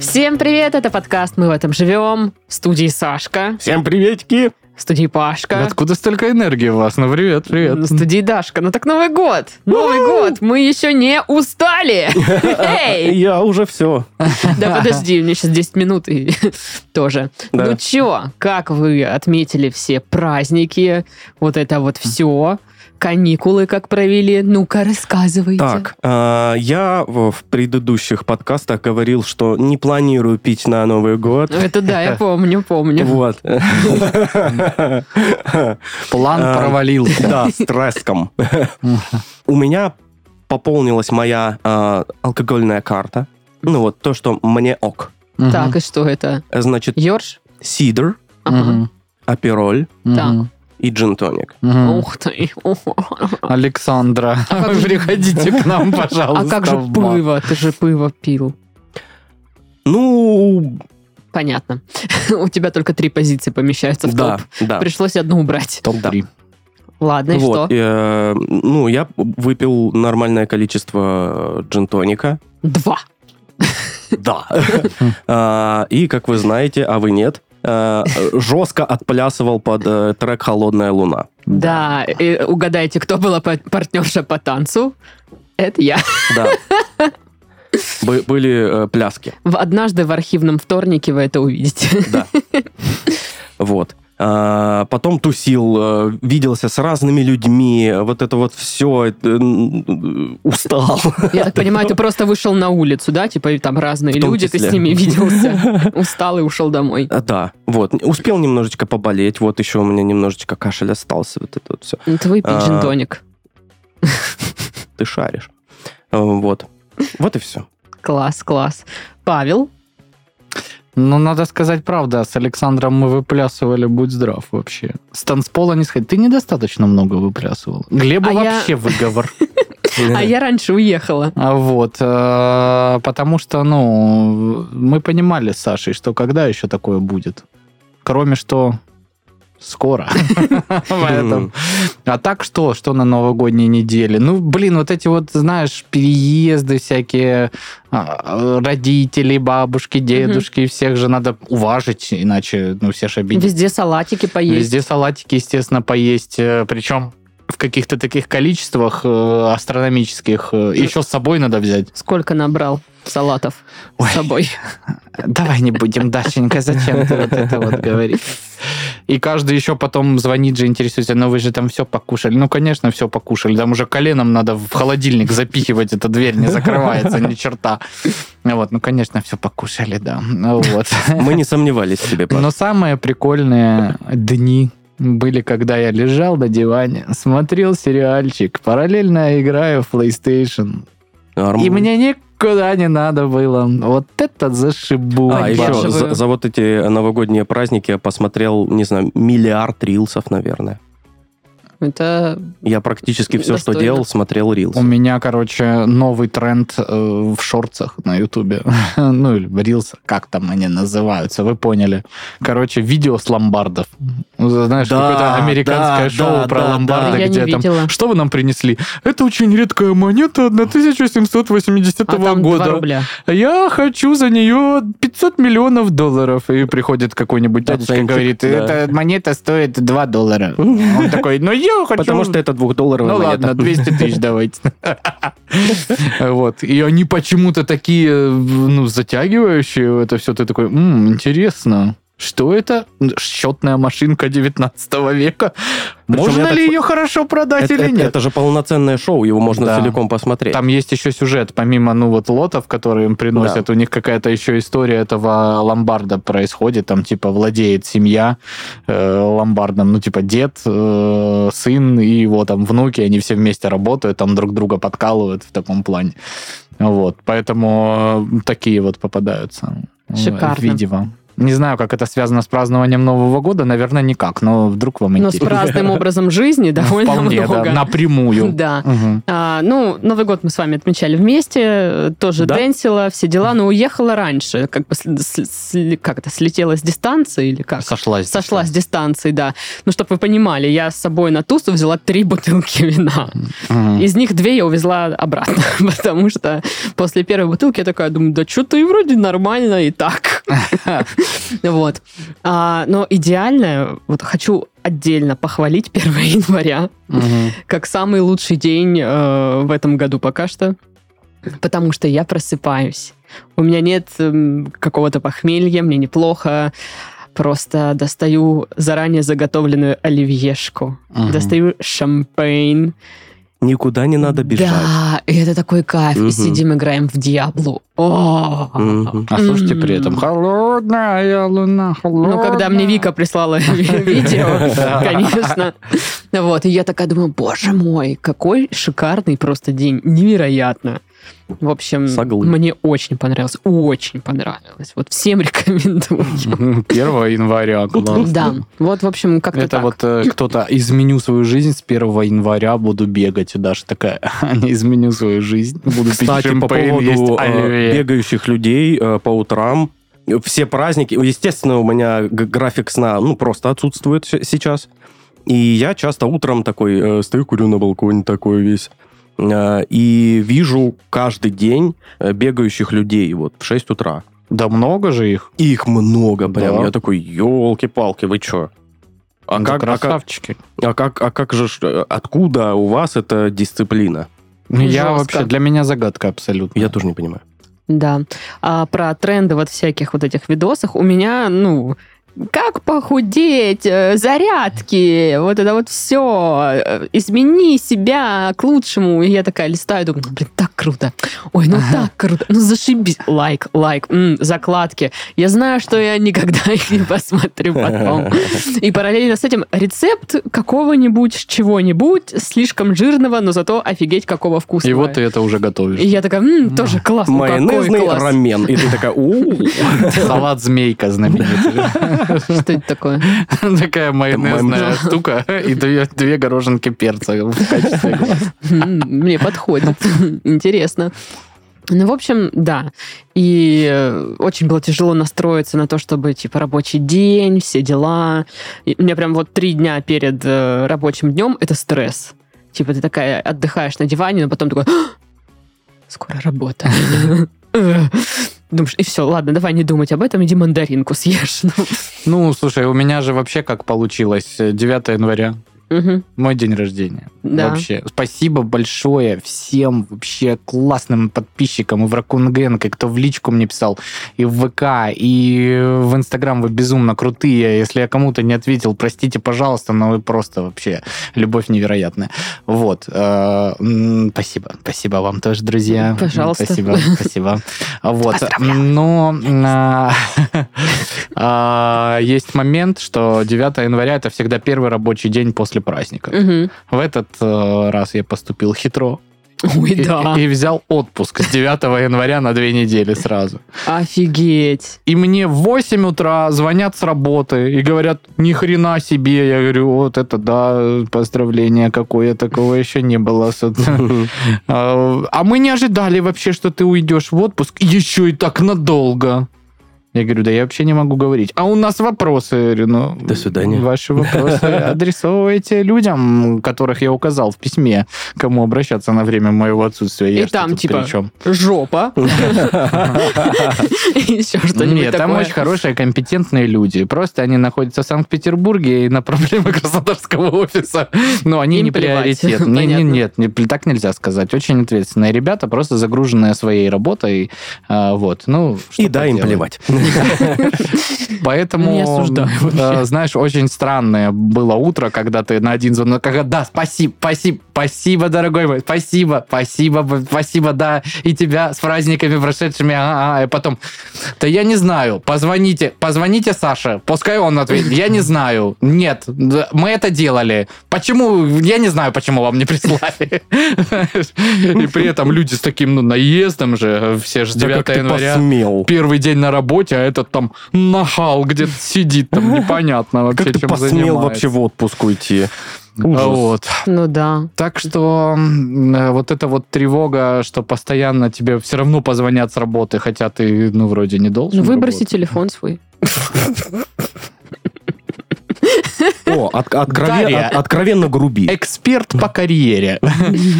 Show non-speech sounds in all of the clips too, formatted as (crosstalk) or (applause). Всем привет, это подкаст «Мы в этом живем». В студии Сашка, Всем приветики! в студии Пашка, Откуда столько энергии у вас? Ну, привет, в привет. студии Дашка. Ну так Новый год! Новый год! Мы еще не (laughs) устали! Эй! Я уже все. Да подожди, у меня сейчас 10 минут и (laughs) тоже. Да. Ну чё, как вы отметили все праздники, вот это вот все, каникулы как провели? Ну-ка, рассказывайте. Так, а, я в в предыдущих подкастах говорил, что не планирую пить на Новый год. Ну, Это да, я помню, (laughs) помню. Вот. План Эм, провалился. Да, с треском. У меня пополнилась моя а, алкогольная карта. Ну вот, то, что мне ок. Мгм. Так, и что это? Значит, Ёрш? сидр, Ага. Мгм. апероль Мгм. и джин-тоник. Мгм. Ух ты. (laughs) Александра, А как вы же- приходите к нам, (laughs) пожалуйста. А как же в бар. пыво? Ты же пыво пил. Ну, Понятно. (laughs) У тебя только три позиции помещаются в да, топ. да. Пришлось одну убрать. Топ-3. Ладно, и Вот, что? э, ну, я выпил нормальное количество э, джин-тоника. Два. Да. (laughs) А, И, как вы знаете, а вы нет, э, жестко отплясывал под э, трек «Холодная луна». Да, и угадайте, кто была па- партнерша по танцу? Это я. Да. Бы- Были э, пляски, В- Однажды в архивном вторнике вы это увидите. (laughs) да. Вот. А, Потом тусил, э, виделся с разными людьми, вот это вот все, устал. Я так понимаю, ты просто вышел на улицу, да? Типа и там разные В том люди, ты числе. с ними (laughs) виделся. Устал и ушел домой. А, Да, вот. Успел немножечко поболеть, вот еще у меня немножечко кашель остался, вот это вот все. Ну, Ты выпей А. джин-тоник. Ты шаришь. Э, Вот. Вот и (laughs) все. Класс, класс. Павел, Ну, надо сказать правда, с Александром мы выплясывали, будь здрав вообще. С танцпола не сходить. Ты недостаточно много выплясывал. Глебу А я- вообще выговор. а я раньше уехала. А Вот. э, Потому что, ну, мы понимали с Сашей, что когда еще такое будет. Кроме что скоро. (laughs) Поэтому. А так что? Что на новогодней неделе? Ну, блин, вот эти вот, знаешь, переезды всякие, а, родители, бабушки, дедушки, всех же надо уважить, иначе, ну, все же обидятся. Везде салатики поесть. Везде салатики, естественно, поесть. э, Причем в каких-то таких количествах э, астрономических. э, Еще с собой надо взять. Сколько набрал салатов Ой. с собой? Давай не будем, Дашенька, зачем ты вот это вот говоришь? И каждый еще потом звонит же, интересуется, ну вы же там все покушали. Ну, конечно, все покушали. Там уже коленом надо в холодильник запихивать, эта дверь не закрывается, ни черта. Вот, ну, конечно, все покушали, да. Ну, Вот. Мы не сомневались в тебе, Паш. Но самые прикольные дни были, когда я лежал на диване, смотрел сериальчик, параллельно играю в PlayStation. Нормально. И мне никуда не надо было. Вот это зашибу. А, еще Паша, за, вы- за вот эти новогодние праздники я посмотрел, не знаю, миллиард рилсов, наверное. Это а Я практически все, что Достойно. делал, смотрел У рилсы. меня, короче, новый тренд э, в шорцах на Ютубе. (laughs) ну, или в рилсах, как там они называются, вы поняли. Короче, видео с ломбардов. Ну, Знаешь, Да, какое-то американское да, шоу да, про да, ломбарды, да. Я где не там... видела. Что вы нам принесли? Это очень редкая монета 1780 а там года. два рубля. Я хочу за нее 500 миллионов долларов. И приходит какой-нибудь дядечка и Пацанчик, говорит, да. эта монета стоит 2 доллара. Он такой, ну я хочу... Потому что это двухдолларовая Ну монета. ладно, 200 тысяч давайте. Вот. И они почему-то такие, ну, затягивающие это все. Ты такой, «М, интересно. Что это? Счетная машинка 19 века? Причем я Можно так ли по- ее хорошо (laughs) продать это, или это- нет? это же полноценное шоу, его можно Да. целиком посмотреть. Там есть еще сюжет, помимо, ну, вот лотов, которые им приносят, у них какая-то еще история этого ломбарда происходит, там, типа, владеет семья э, ломбардом, ну, типа, дед, э, сын и его там внуки, они все вместе работают, там друг друга подкалывают в таком плане. Вот, поэтому э, такие вот попадаются. Шикарно. Видимо. Не знаю, как это связано с празднованием Нового года, наверное, никак, но вдруг вам Но Ну, с интересно. праздным образом жизни довольно Вполне, да, много. напрямую. Да. Мгм. А, ну, Новый год мы с вами отмечали вместе, э, тоже Да? денсила, все дела, но уехала раньше, как бы сл- сл- сли- как это, слетела с дистанции или как? Сошлась. Сошла с дистанции, да. Ну, чтобы вы понимали, я с собой на тусу взяла три бутылки вина. Мгм. Из них две я увезла обратно, (laughs) потому что после первой бутылки я такая думаю, да что-то и вроде нормально и (laughs) так. Вот. А, Но идеально, вот хочу отдельно похвалить 1 (laughs) января Мгм. как самый лучший день э, в этом году пока что, потому что я просыпаюсь. У меня нет эм, какого-то похмелья, мне неплохо. Просто достаю заранее заготовленную оливьешку, Мгм. достаю шампейн, Никуда не надо бежать. да, и это такой кайф. Мгм. И сидим, играем в Диаблу. О! Мгм. А слушайте при М. этом холодная луна, холодная. Ну, когда мне (laughs) Вика (laughs) прислала ви- видео, Да. конечно. Вот, и я такая думаю, боже мой, какой шикарный просто день. Невероятно. В общем, Соглы. мне очень понравилось. Очень понравилось. Вот всем (laughs) рекомендую. 1 января. класс. Да. Вот, в общем, как-то Это так. вот э, кто-то изменю свою жизнь с 1 января буду бегать. И Даша такая, (laughs) «А, не изменю свою жизнь, буду пить Кстати, по шампейн, поводу есть э, оливье». бегающих людей э, по утрам, э, все праздники, естественно, у меня г- график сна, ну, просто отсутствует щ- сейчас. И я часто утром такой э, стою, курю на балконе такой весь. э, И вижу каждый день э, бегающих людей вот в 6 утра. Да много же их. И Их много прям. Да. Я такой, елки-палки, вы чё? А Да как, а, как, красавчики. а, как, а как же, ж, э, откуда у вас эта дисциплина? Ну, Я Жестко. вообще, для меня загадка абсолютно. Я тоже не понимаю. Да. А про тренды вот всяких вот этих видосах у меня, ну, как похудеть, э, зарядки, вот это вот все, измени себя к лучшему. И я такая листаю, думаю, «Ну, блин, так круто. Ой, ну так круто, ну зашибись. Лайк, лайк, м, закладки. Я знаю, что я никогда (laughs) их не посмотрю (laughs) потом. И параллельно с этим рецепт какого-нибудь, чего-нибудь, слишком жирного, но зато офигеть какого вкусного. И вот ты это уже И готовишь. я такая, «М, тоже классно, Майонезный А ну, какой класс. рамен. И ты такая, у Салат змейка знаменитый. (laughs) Что это такое? Такая майонезная Майонез. штука и две, две горошинки перца в качестве глаз. М, Мне подходит. (laughs) Интересно. Ну, в общем, да. И э, очень было тяжело настроиться на то, чтобы, типа, рабочий день, все дела. И у меня прям вот три дня перед э, рабочим днем это стресс. Типа, ты такая отдыхаешь на диване, но потом такой... «А! Скоро работа. (laughs) Э. Думаешь, и все, ладно, давай не думать об этом, иди мандаринку съешь. (laughs) Ну, Ну, слушай, у меня же вообще как получилось. 9 января. мгм, Мой день рождения. Да. Вообще. Спасибо большое всем вообще классным подписчикам и в Ракунген, и кто в личку мне писал, и в ВК, и в Инстаграм вы безумно крутые. Если я кому-то не ответил, простите, пожалуйста, но вы просто вообще любовь невероятная. Вот. Э, м, Спасибо. Спасибо вам тоже, друзья. Пожалуйста. Спасибо, (laughs) спасибо. Вот. Но а, (laughs) а, есть момент, что 9 января это всегда первый рабочий день после праздника. мгм. В этот э, раз я поступил хитро (laughs) Ой, и, да. и взял отпуск с 9 января на две недели сразу. Офигеть. И мне в 8 утра звонят с работы и говорят, ни хрена себе. Я говорю, вот это да, поздравление какое, такого еще не было. с утра». А а мы не ожидали вообще, что ты уйдешь в отпуск еще и так надолго. Я говорю, да я вообще не могу говорить. А у нас вопросы. Я говорю, ну, До свидания. (laughs) Ваши вопросы адресовывайте людям, которых я указал в письме, кому обращаться на время моего отсутствия. Я И ж там, тут типа, при чём? Жопа. (laughs) И Еще что-нибудь Нет, там такое. очень хорошие, компетентные люди. Просто они находятся в Санкт-Петербурге и на проблемы (laughs) Краснодарского офиса. Но они Им не плевать. (laughs) приоритет. Не- не- Понятно. Нет, не- так нельзя сказать. Очень ответственные ребята, просто загруженные своей работой. А, Вот, ну, что И да, им поделать. плевать. Поэтому, Не осуждаю э, вообще. знаешь, очень странное было утро, когда ты на один звонок, когда, да, спасибо, спасибо, спасибо, дорогой мой, спасибо, спасибо, б- спасибо, да, и тебя с праздниками прошедшими, а, а, и потом, да я не знаю, позвоните, позвоните Саше, пускай он ответит, я не знаю, нет, да, мы это делали, почему, я не знаю, почему вам не прислали. (laughs) И при этом люди с таким, ну, наездом же, все же Да 9 как ты января посмел? первый день на работе, а этот там нахал где-то сидит, (laughs) там непонятно вообще, Как ты чем посмел занимается. вообще в отпуск уйти? Ужас. Вот. Ну да. Так что м, э, вот эта вот тревога, что постоянно тебе все равно позвонят с работы, хотя ты, ну, вроде не должен. Ну, выброси работать. телефон свой. О, от- открове- Дарья. от- откровенно груби. э, Эксперт по (laughs) карьере.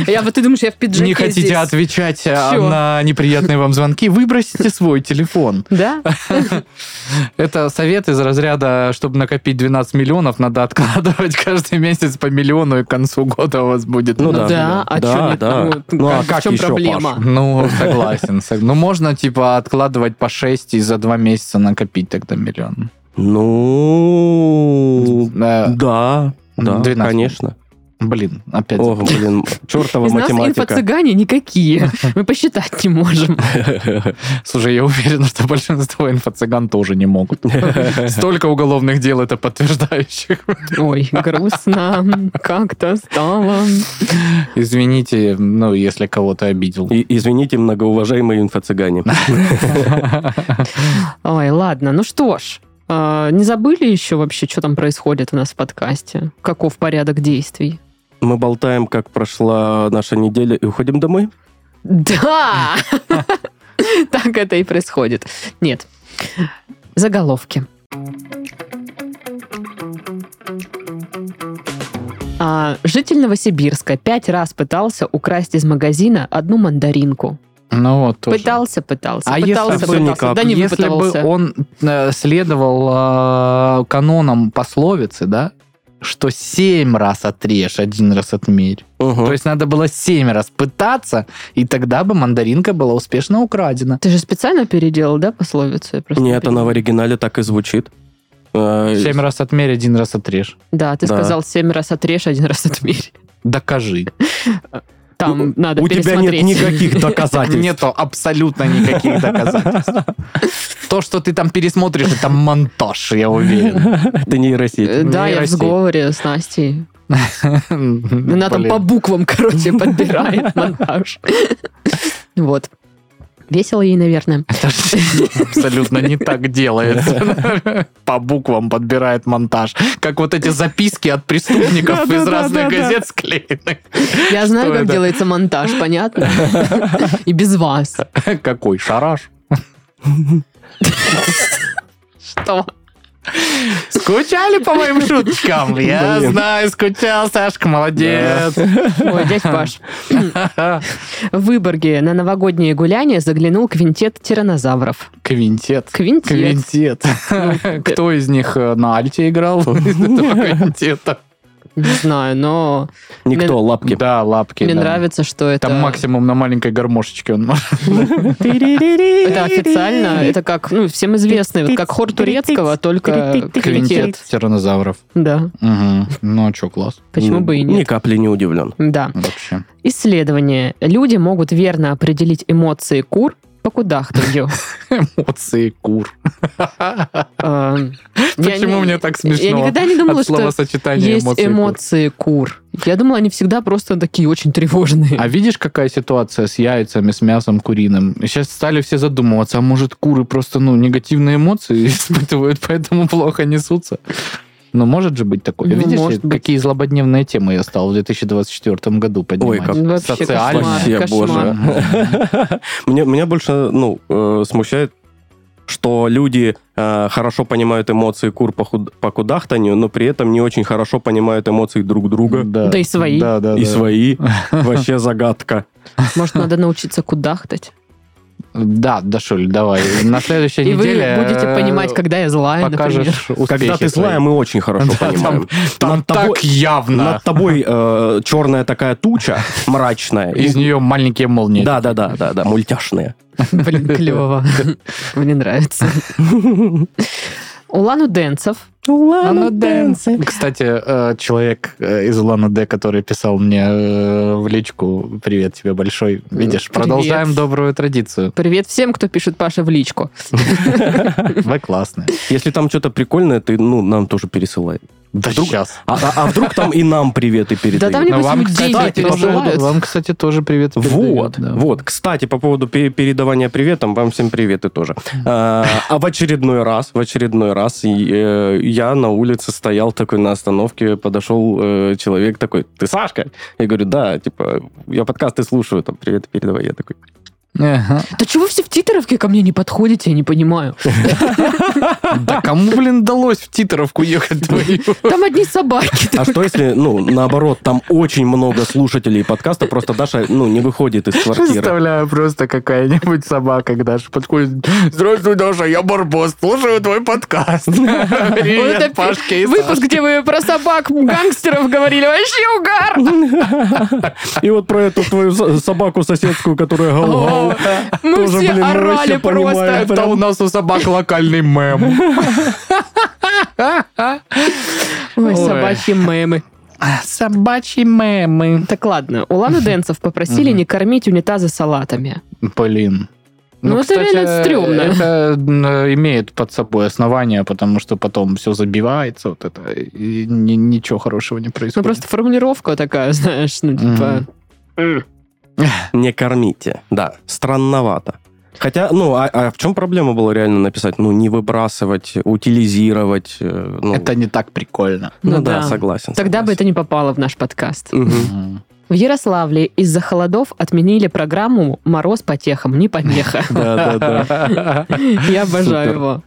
Я вот ты думаешь, я в пиджаке Не хотите здесь? отвечать э, Всё. на неприятные вам звонки? Выбросите свой телефон. (laughs) Да? Это совет из разряда, чтобы накопить 12 миллионов, надо откладывать (laughs) каждый месяц по миллиону, и к концу года у вас будет. Ну Ну да. да, а Да, чё нет? да. Ну, вот, Ну, а как- как в чем ещё, проблема? Ну, согласен. сог- Ну, можно, типа, откладывать по 6 и за 2 месяца накопить тогда миллион. Ну, Э, да, да, 12. конечно. Блин, опять. О, блин, чертова Из нас математика. инфо-цыгане никакие. Мы посчитать не можем. (laughs) Слушай, я уверен, что большинство инфо-цыган тоже (laughs) не могут. Столько уголовных дел (laughs) это подтверждающих. Ой, грустно. Как-то стало. Извините, ну, если кого-то обидел. И- извините, многоуважаемые инфо-цыгане. Ой, ладно, ну что ж. а, Не забыли еще вообще, что там происходит у нас в подкасте? Каков порядок действий? Мы болтаем, как прошла наша неделя, и уходим домой. Да! (laughs) Так это и происходит. Нет. Заголовки. А, житель Новосибирска пять раз пытался украсть из магазина одну мандаринку. Ну, вот тоже. Пытался, пытался, А если пытался, бы пытался. никак? Да не Если выпытался. бы он э, следовал э, канонам пословицы, да, что семь раз отрежь, один раз отмерь. Мгм. То есть надо было семь раз пытаться, и тогда бы мандаринка была успешно украдена. Ты же специально переделал, да, пословицу? Я просто Нет, не она в понимаю. оригинале так и звучит. Э, Семь раз отмерь, один раз отрежь. Да, ты Да. сказал семь раз отрежь, один раз отмерь. Докажи. Там надо У тебя нет пересмотреть. никаких доказательств. Нету абсолютно никаких доказательств. (laughs) То, что ты там пересмотришь, это монтаж, я уверен. (laughs) Это нейросеть. Э, Да, я в Нейросеть. сговоре с Настей. Ну, Она там Блин. по буквам, (laughs) (laughs) короче, подбирает монтаж. Вот. Весело ей, наверное. Это ж абсолютно не так делается. По буквам подбирает монтаж. Как вот эти записки от преступников из разных газет склеены. Я знаю, как это? делается монтаж, (laughs) понятно? И без вас. Какой шараш. Что? Скучали по моим (laughs) шуточкам? Я Блин. знаю, скучал, Сашка, молодец. Ой, дядь Паш. В Выборге на новогоднее гуляние заглянул квинтет тиранозавров. (laughs) Квинтет. Квинтет. Квинтет. Кто из них э, на альте играл (laughs) из этого квинтета? Не знаю, но Никто, лапки. Да, лапки. мне да. нравится, что это... Там максимум на маленькой гармошечке он может. (laughs) Это официально, это как, ну, всем известный, вот как хор турецкого, только Квинтет квинтет. тиранозавров. Да, Мгм. Ну, а что, класс почему Ну, бы и Ни нет. капли не удивлен. Да. вообще. Исследование. Люди могут верно определить эмоции кур по кудахтанью. Эмоции кур. Эм, я Почему не- мне так Я смешно? никогда не думала, От что словосочетания есть эмоции кур. эмоции кур. Я думала, они всегда просто такие очень тревожные. А видишь, какая ситуация с яйцами, с мясом куриным? Сейчас стали все задумываться, а может, куры просто, ну, негативные эмоции (laughs) испытывают, поэтому плохо несутся? Ну, может же быть такое. Ну, Видишь, может быть. какие злободневные темы я стал в 2024 году поднимать. Ой, как Вообще социально. кошмар, Вообще, кошмар. боже. (laughs) Мне- Меня больше, ну, э, смущает, что люди э, хорошо понимают эмоции кур по худ- по кудахтанию, но при этом не очень хорошо понимают эмоции друг друга Да. Да и свои. Да, да, и (laughs) да. свои. Вообще загадка. Может, надо научиться кудахтать. Да, Дашуль, давай. На следующей И вы неделе... будете э, понимать, когда я злая, например. покажешь успехи Когда ты свои. злая, мы очень хорошо Да, понимаем. Там (laughs) Над тобой- так явно. Над тобой э, черная такая туча, мрачная. Из нее маленькие молнии. Да, да, да, да, да, мультяшные. (laughs) Блин, (laughs) клево. Мне нравится. Улан Уденцев. Кстати, э, человек э, из Улан-Удэ, который писал мне э, в личку, привет тебе большой. Видишь, Привет. продолжаем (laughs) добрую традицию. Привет всем, кто пишет Паше в личку. Вы классные. Если там что-то прикольное, ты, ну, нам тоже пересылай. Да Вдруг- сейчас. А, а- а вдруг там и нам приветы передают? там не Но вам, Пусть люди кстати, это тоже, посылают. вам, кстати, тоже привет. передают, Вот, да. вот. Кстати, по поводу пе- передавания приветом, вам всем приветы тоже. А а в очередной раз, в очередной раз и, э, я на улице стоял такой на остановке, подошел э, человек такой, ты Сашка? Я говорю, да, типа, я подкасты слушаю, там, привет передавай. Я такой, (laughs) Ага. Да чего вы все в титеровке ко мне не подходите, я не понимаю. Да кому, блин, удалось в титровку (laughs) ехать твою? Там одни собаки. а что если, ну, наоборот, там очень много слушателей подкаста, просто Даша, ну, не выходит из квартиры. Представляю, просто какая-нибудь собака к Даше подходит. Здравствуй, Даша, я Барбос, слушаю твой подкаст. (laughs) Вот (laughs) Привет, это Пашка и Выпуск, где вы про собак, гангстеров говорили, вообще угар! И вот про эту твою со- собаку соседскую, которая гау-гау. О, Мы Тоже, все блин, мы орали вообще понимаем. просто. Это А. у нас у собак локальный мем. Ой, Ой. собачьи мемы. Собачьи мемы. Так ладно, у Лана Денцев попросили не кормить унитазы салатами. Блин. Ну, это реально стрёмно. Это м, имеет под собой основания, потому что потом все забивается, вот это, и ни- ничего хорошего не Ну, происходит. просто формулировка такая, (laughs) знаешь, ну, типа... не кормите. Да, странновато. Хотя, ну, а, а в чем проблема была реально написать? Ну, не выбрасывать, утилизировать. э, Ну, Это не так прикольно. ну, ну да, да. согласен. Тогда бы это согласен. не попало в наш подкаст. (laughs) Мгм. В Ярославле из-за холодов отменили программу «Мороз потехам, не (laughs) помеха». Да-да-да. (laughs) Я обожаю Супер. его.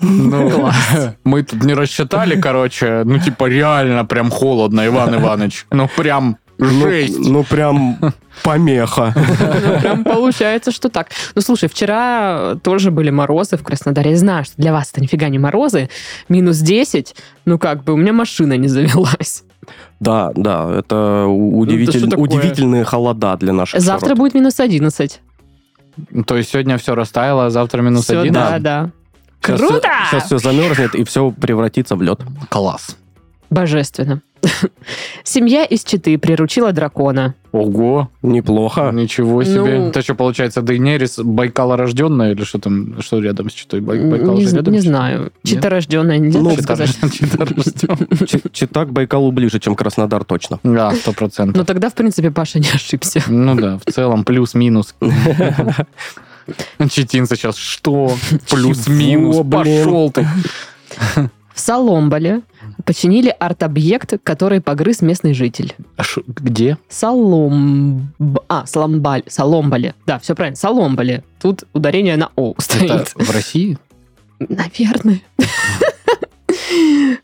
Ну, (laughs) мы тут не рассчитали, короче, ну, типа, реально прям холодно, Иван Иванович. Ну, прям Ну, жесть. ну, прям помеха. (laughs) Ну, прям получается, что так. Ну, слушай, вчера тоже были морозы в Краснодаре. Я знаю, что для вас это нифига не морозы. Минус 10. Ну, как бы, у меня машина не завелась. Да, да, это у- Ну, это удивитель- что такое? удивительные холода для наших Завтра широт. будет минус 11. ну, То есть сегодня все растаяло, а завтра минус Всё, один? Да, да. Сейчас Круто! Все, сейчас все замерзнет и все превратится в лед. Класс. Божественно. (laughs) Семья из Читы приручила дракона. Ого, Неплохо. ничего себе. Ну- Это что, получается, Дейнерис Байкала рожденная или что там, что рядом с Читой? Бай- Байкал не же зн- рядом не с Читой? знаю. Нет? (laughs) Чита рожденная, нельзя Ну, так Чита сказать. (laughs) Чита рождённая. Чи- Чита к Байкалу ближе, чем Краснодар, точно. Да, сто Но процентов. тогда, в принципе, Паша не (laughs) ошибся. Ну да, в целом плюс-минус. Читин сейчас что? (laughs) Плюс-минус. Чего, блин? Пошел ты. В Соломболе починили арт-объект, который погрыз местный житель. А шо- Где? Солом... А, Соломбаль. Соломбале. Да, все правильно. Соломбале. Тут ударение на О стоит. (laughs) Это в (laughs) России? Наверное. (laughs)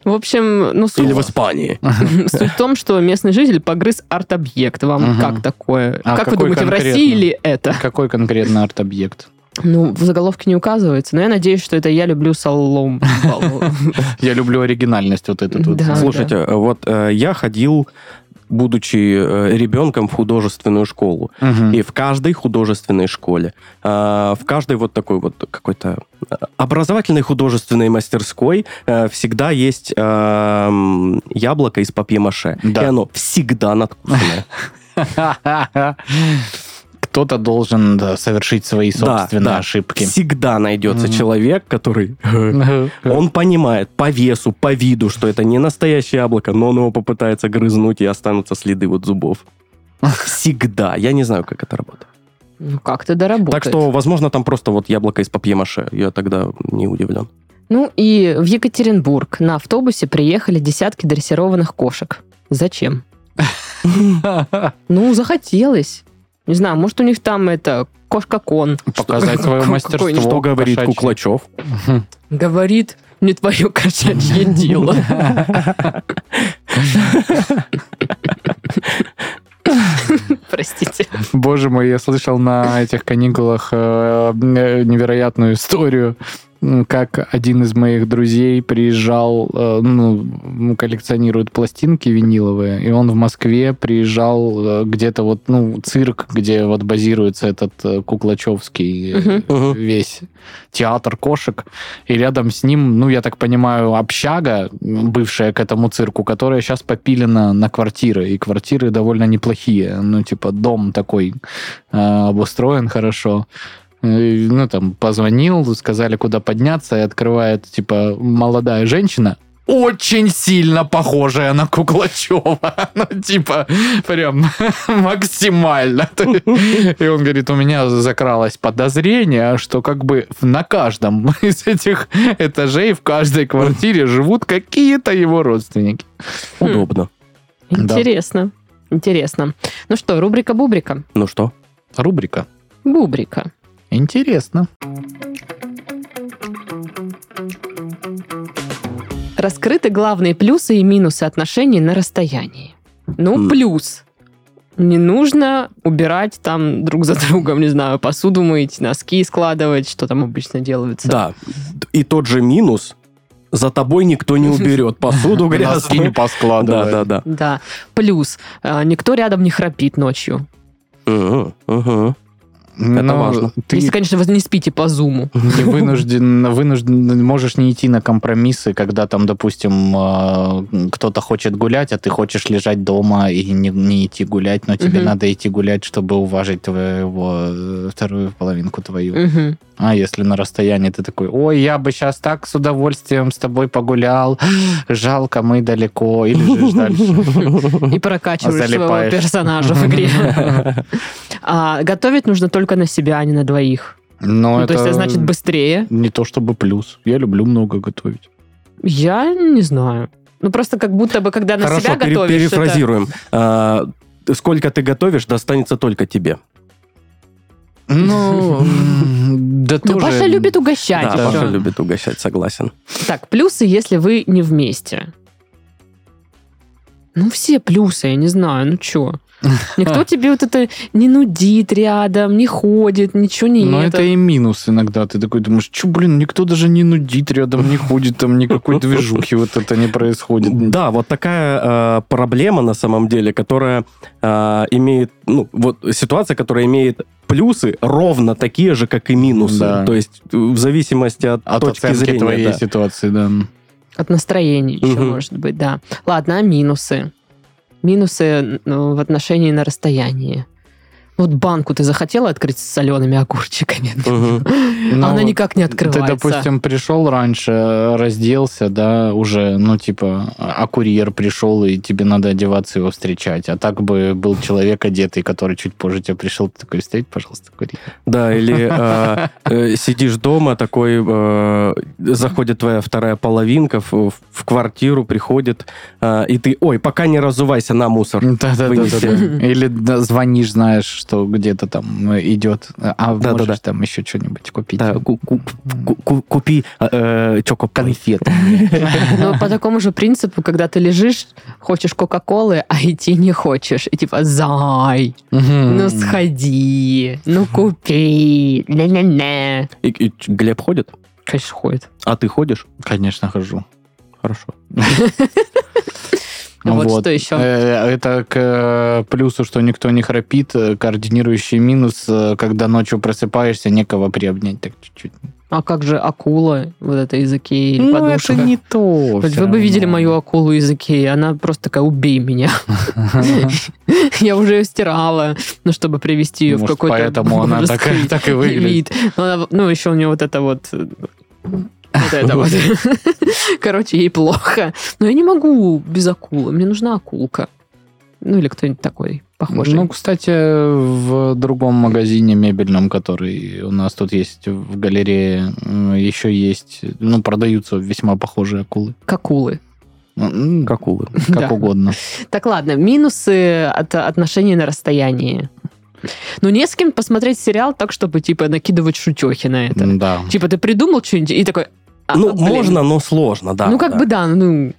В общем, ну, суть, Или в Испании. (laughs) суть в том, что местный житель погрыз арт-объект. Вам Мгм. как такое? А как вы какой думаете, в конкретно? России ли это? Какой конкретно арт-объект? Ну, в заголовке не указывается, но я надеюсь, что это я люблю (laughs) соломбалу. Я люблю оригинальность вот эту. вот. Да. Слушайте, э, вот э, я ходил, будучи э, ребенком, в художественную школу. Мгм. И в каждой художественной школе, э, в каждой вот такой вот какой-то э, образовательной художественной мастерской э, всегда есть э, м, яблоко из папье-маше. Да. И оно всегда надкусное. (laughs) Кто-то должен да, совершить свои собственные да. ошибки. Всегда найдется Мгм. человек, который... э, (laughs) Он понимает по весу, по виду, что это не настоящее яблоко, но он его попытается грызнуть, и останутся следы вот зубов. Всегда. Я не знаю, как это работает. Ну, как-то доработает. Так что, возможно, там просто вот яблоко из папье-маше. Я тогда не удивлен. Ну и в Екатеринбург на автобусе приехали десятки дрессированных кошек. Зачем? (laughs) Ну, захотелось. Не знаю, может, у них там это кошка-кон. Показать свое мастерство. Что говорит кошачье. Куклачев? Мгм. Говорит, не твое кошачье дело. Простите. Боже мой, я слышал на этих каникулах э, э, невероятную историю, м, как один из моих друзей приезжал, э, ну, м, коллекционирует пластинки виниловые, и он в Москве приезжал э, где-то вот, ну, цирк, где вот базируется этот э, Куклачевский э, Мгм. Мгм. весь театр кошек, и рядом с ним, ну, я так понимаю, общага, м, бывшая к этому цирку, которая сейчас попилена на квартиры, и квартиры довольно неплохие, ну, типа дом такой э, обустроен хорошо. Э, Ну, там, позвонил, сказали, куда подняться, и открывает, типа, молодая женщина, очень сильно похожая на Куклачева. (laughs) Ну, типа, прям (laughs) максимально. (laughs) И он говорит, у меня закралось подозрение, что как бы на каждом (laughs) из этих этажей в каждой квартире живут какие-то его родственники. Хм. Удобно. Да. Интересно. Интересно. Ну что, рубрика Бубрика? Ну что? Рубрика. Бубрика. Интересно. Раскрыты главные плюсы и минусы отношений на расстоянии. Ну, М. плюс. Не нужно убирать там друг за другом, не знаю, посуду мыть, носки складывать, что там обычно делается. Да. И тот же минус. За тобой никто не уберет посуду (laughs) Носки не грязную. Да, поскладывает. да, да. Да. Плюс. э, Никто рядом не храпит ночью. Мгм, мгм. Ну, важно. Ты Если, конечно, вы не спите по зуму. не вынужден, вынужден, можешь не идти на компромиссы, когда там, допустим, э, кто-то хочет гулять, а ты хочешь лежать дома и не, не идти гулять, но тебе Мгм. надо идти гулять, чтобы уважить твоего э, вторую половинку твою. Мгм. А если на расстоянии ты такой, ой, я бы сейчас так с удовольствием с тобой погулял, жалко, мы далеко, или же дальше. И прокачиваешь своего Залипаешь. персонажа в игре. А, Готовить нужно только на себя, а не на двоих. Но Ну, То есть, это значит, быстрее. не то чтобы плюс. Я люблю много готовить. Я не знаю. Ну, просто как будто бы, когда на Хорошо, себя пере- готовишь... это- перефразируем. А, Сколько ты готовишь, достанется только тебе. Ну, м, (laughs) да Ну, тоже... Паша любит угощать. Да, и Паша всё. любит угощать, согласен. Так, плюсы, если вы не вместе. Ну, все плюсы, я не знаю, ну чё. Никто тебе вот это не нудит рядом, не ходит, ничего не Но ну, это это. и минус иногда. Ты такой думаешь, чё, блин, никто даже не нудит рядом, не ходит, там никакой движухи вот это не происходит. Да, вот такая э, проблема на самом деле, которая э, имеет, ну, вот ситуация, которая имеет плюсы ровно такие же, как и минусы. Да. То есть э, в зависимости от, От точки оценки зрения. твоей да. ситуации, да. От настроения еще, Мгм. может быть, да. Ладно, а минусы? Минусы ну, в отношении на расстоянии. Вот банку ты захотела открыть с солеными огурчиками? (laughs) Мгм. Ну, А она вот никак не открывается. Ты, (laughs) допустим, пришел раньше, разделся, да, уже, ну, типа, а курьер пришел, и тебе надо одеваться его встречать. А так бы был человек одетый, который чуть позже тебя пришел, ты такой, встреть, пожалуйста, курьер. Да, или э, э, сидишь дома, такой, э, заходит твоя вторая половинка в, в квартиру, приходит, э, и ты, ой, пока не разувайся на мусор. Вынести. Да-да-да. Или да, звонишь, знаешь, что где-то там идет, а Да-да-да. можешь там еще что-нибудь купить. Да, ку- ку- ку- ку- купи э, э, чоко конфет. Ну, по такому же принципу, когда ты лежишь, хочешь Кока-Колы, а идти не хочешь. И типа, зай, ну сходи, ну купи, не-не-не. И- и ч- Глеб ходит? Конечно, ходит. А ты ходишь? Конечно, хожу. Хорошо. Вот что еще. Э, Это к э, плюсу, что никто не храпит, э, координирующий минус, э, когда ночью просыпаешься, некого приобнять так чуть-чуть. А как же акула, вот это из Икеи, Ну, или подушка? то. Вот Вы бы видели мою акулу из Икеи, она просто такая, убей меня. (laughs) Я уже ее стирала, ну, чтобы привести ее в Может, какой-то (laughs) поэтому она так, (laughs) божеский так и вид. выглядит. Ну, она- ну, еще у нее вот это вот... э, Вот (laughs) это вот. (laughs) Короче, ей плохо. Но я не могу без акулы. Мне нужна акулка. Ну, или кто-нибудь такой похожий. Ну, кстати, в другом магазине мебельном, который у нас тут есть в галерее, м, еще есть, ну, продаются весьма похожие акулы. Ну, к акулы. М, (laughs) Как, Какулы. Да. (laughs) угодно. Так, ладно. Минусы от отношений на расстоянии. Ну, не с кем посмотреть сериал так, чтобы, типа, накидывать шутехи на это. Да. Типа, ты придумал что-нибудь и такой... а, ну, блин. можно, но сложно, да. ну, как да. бы да, ну...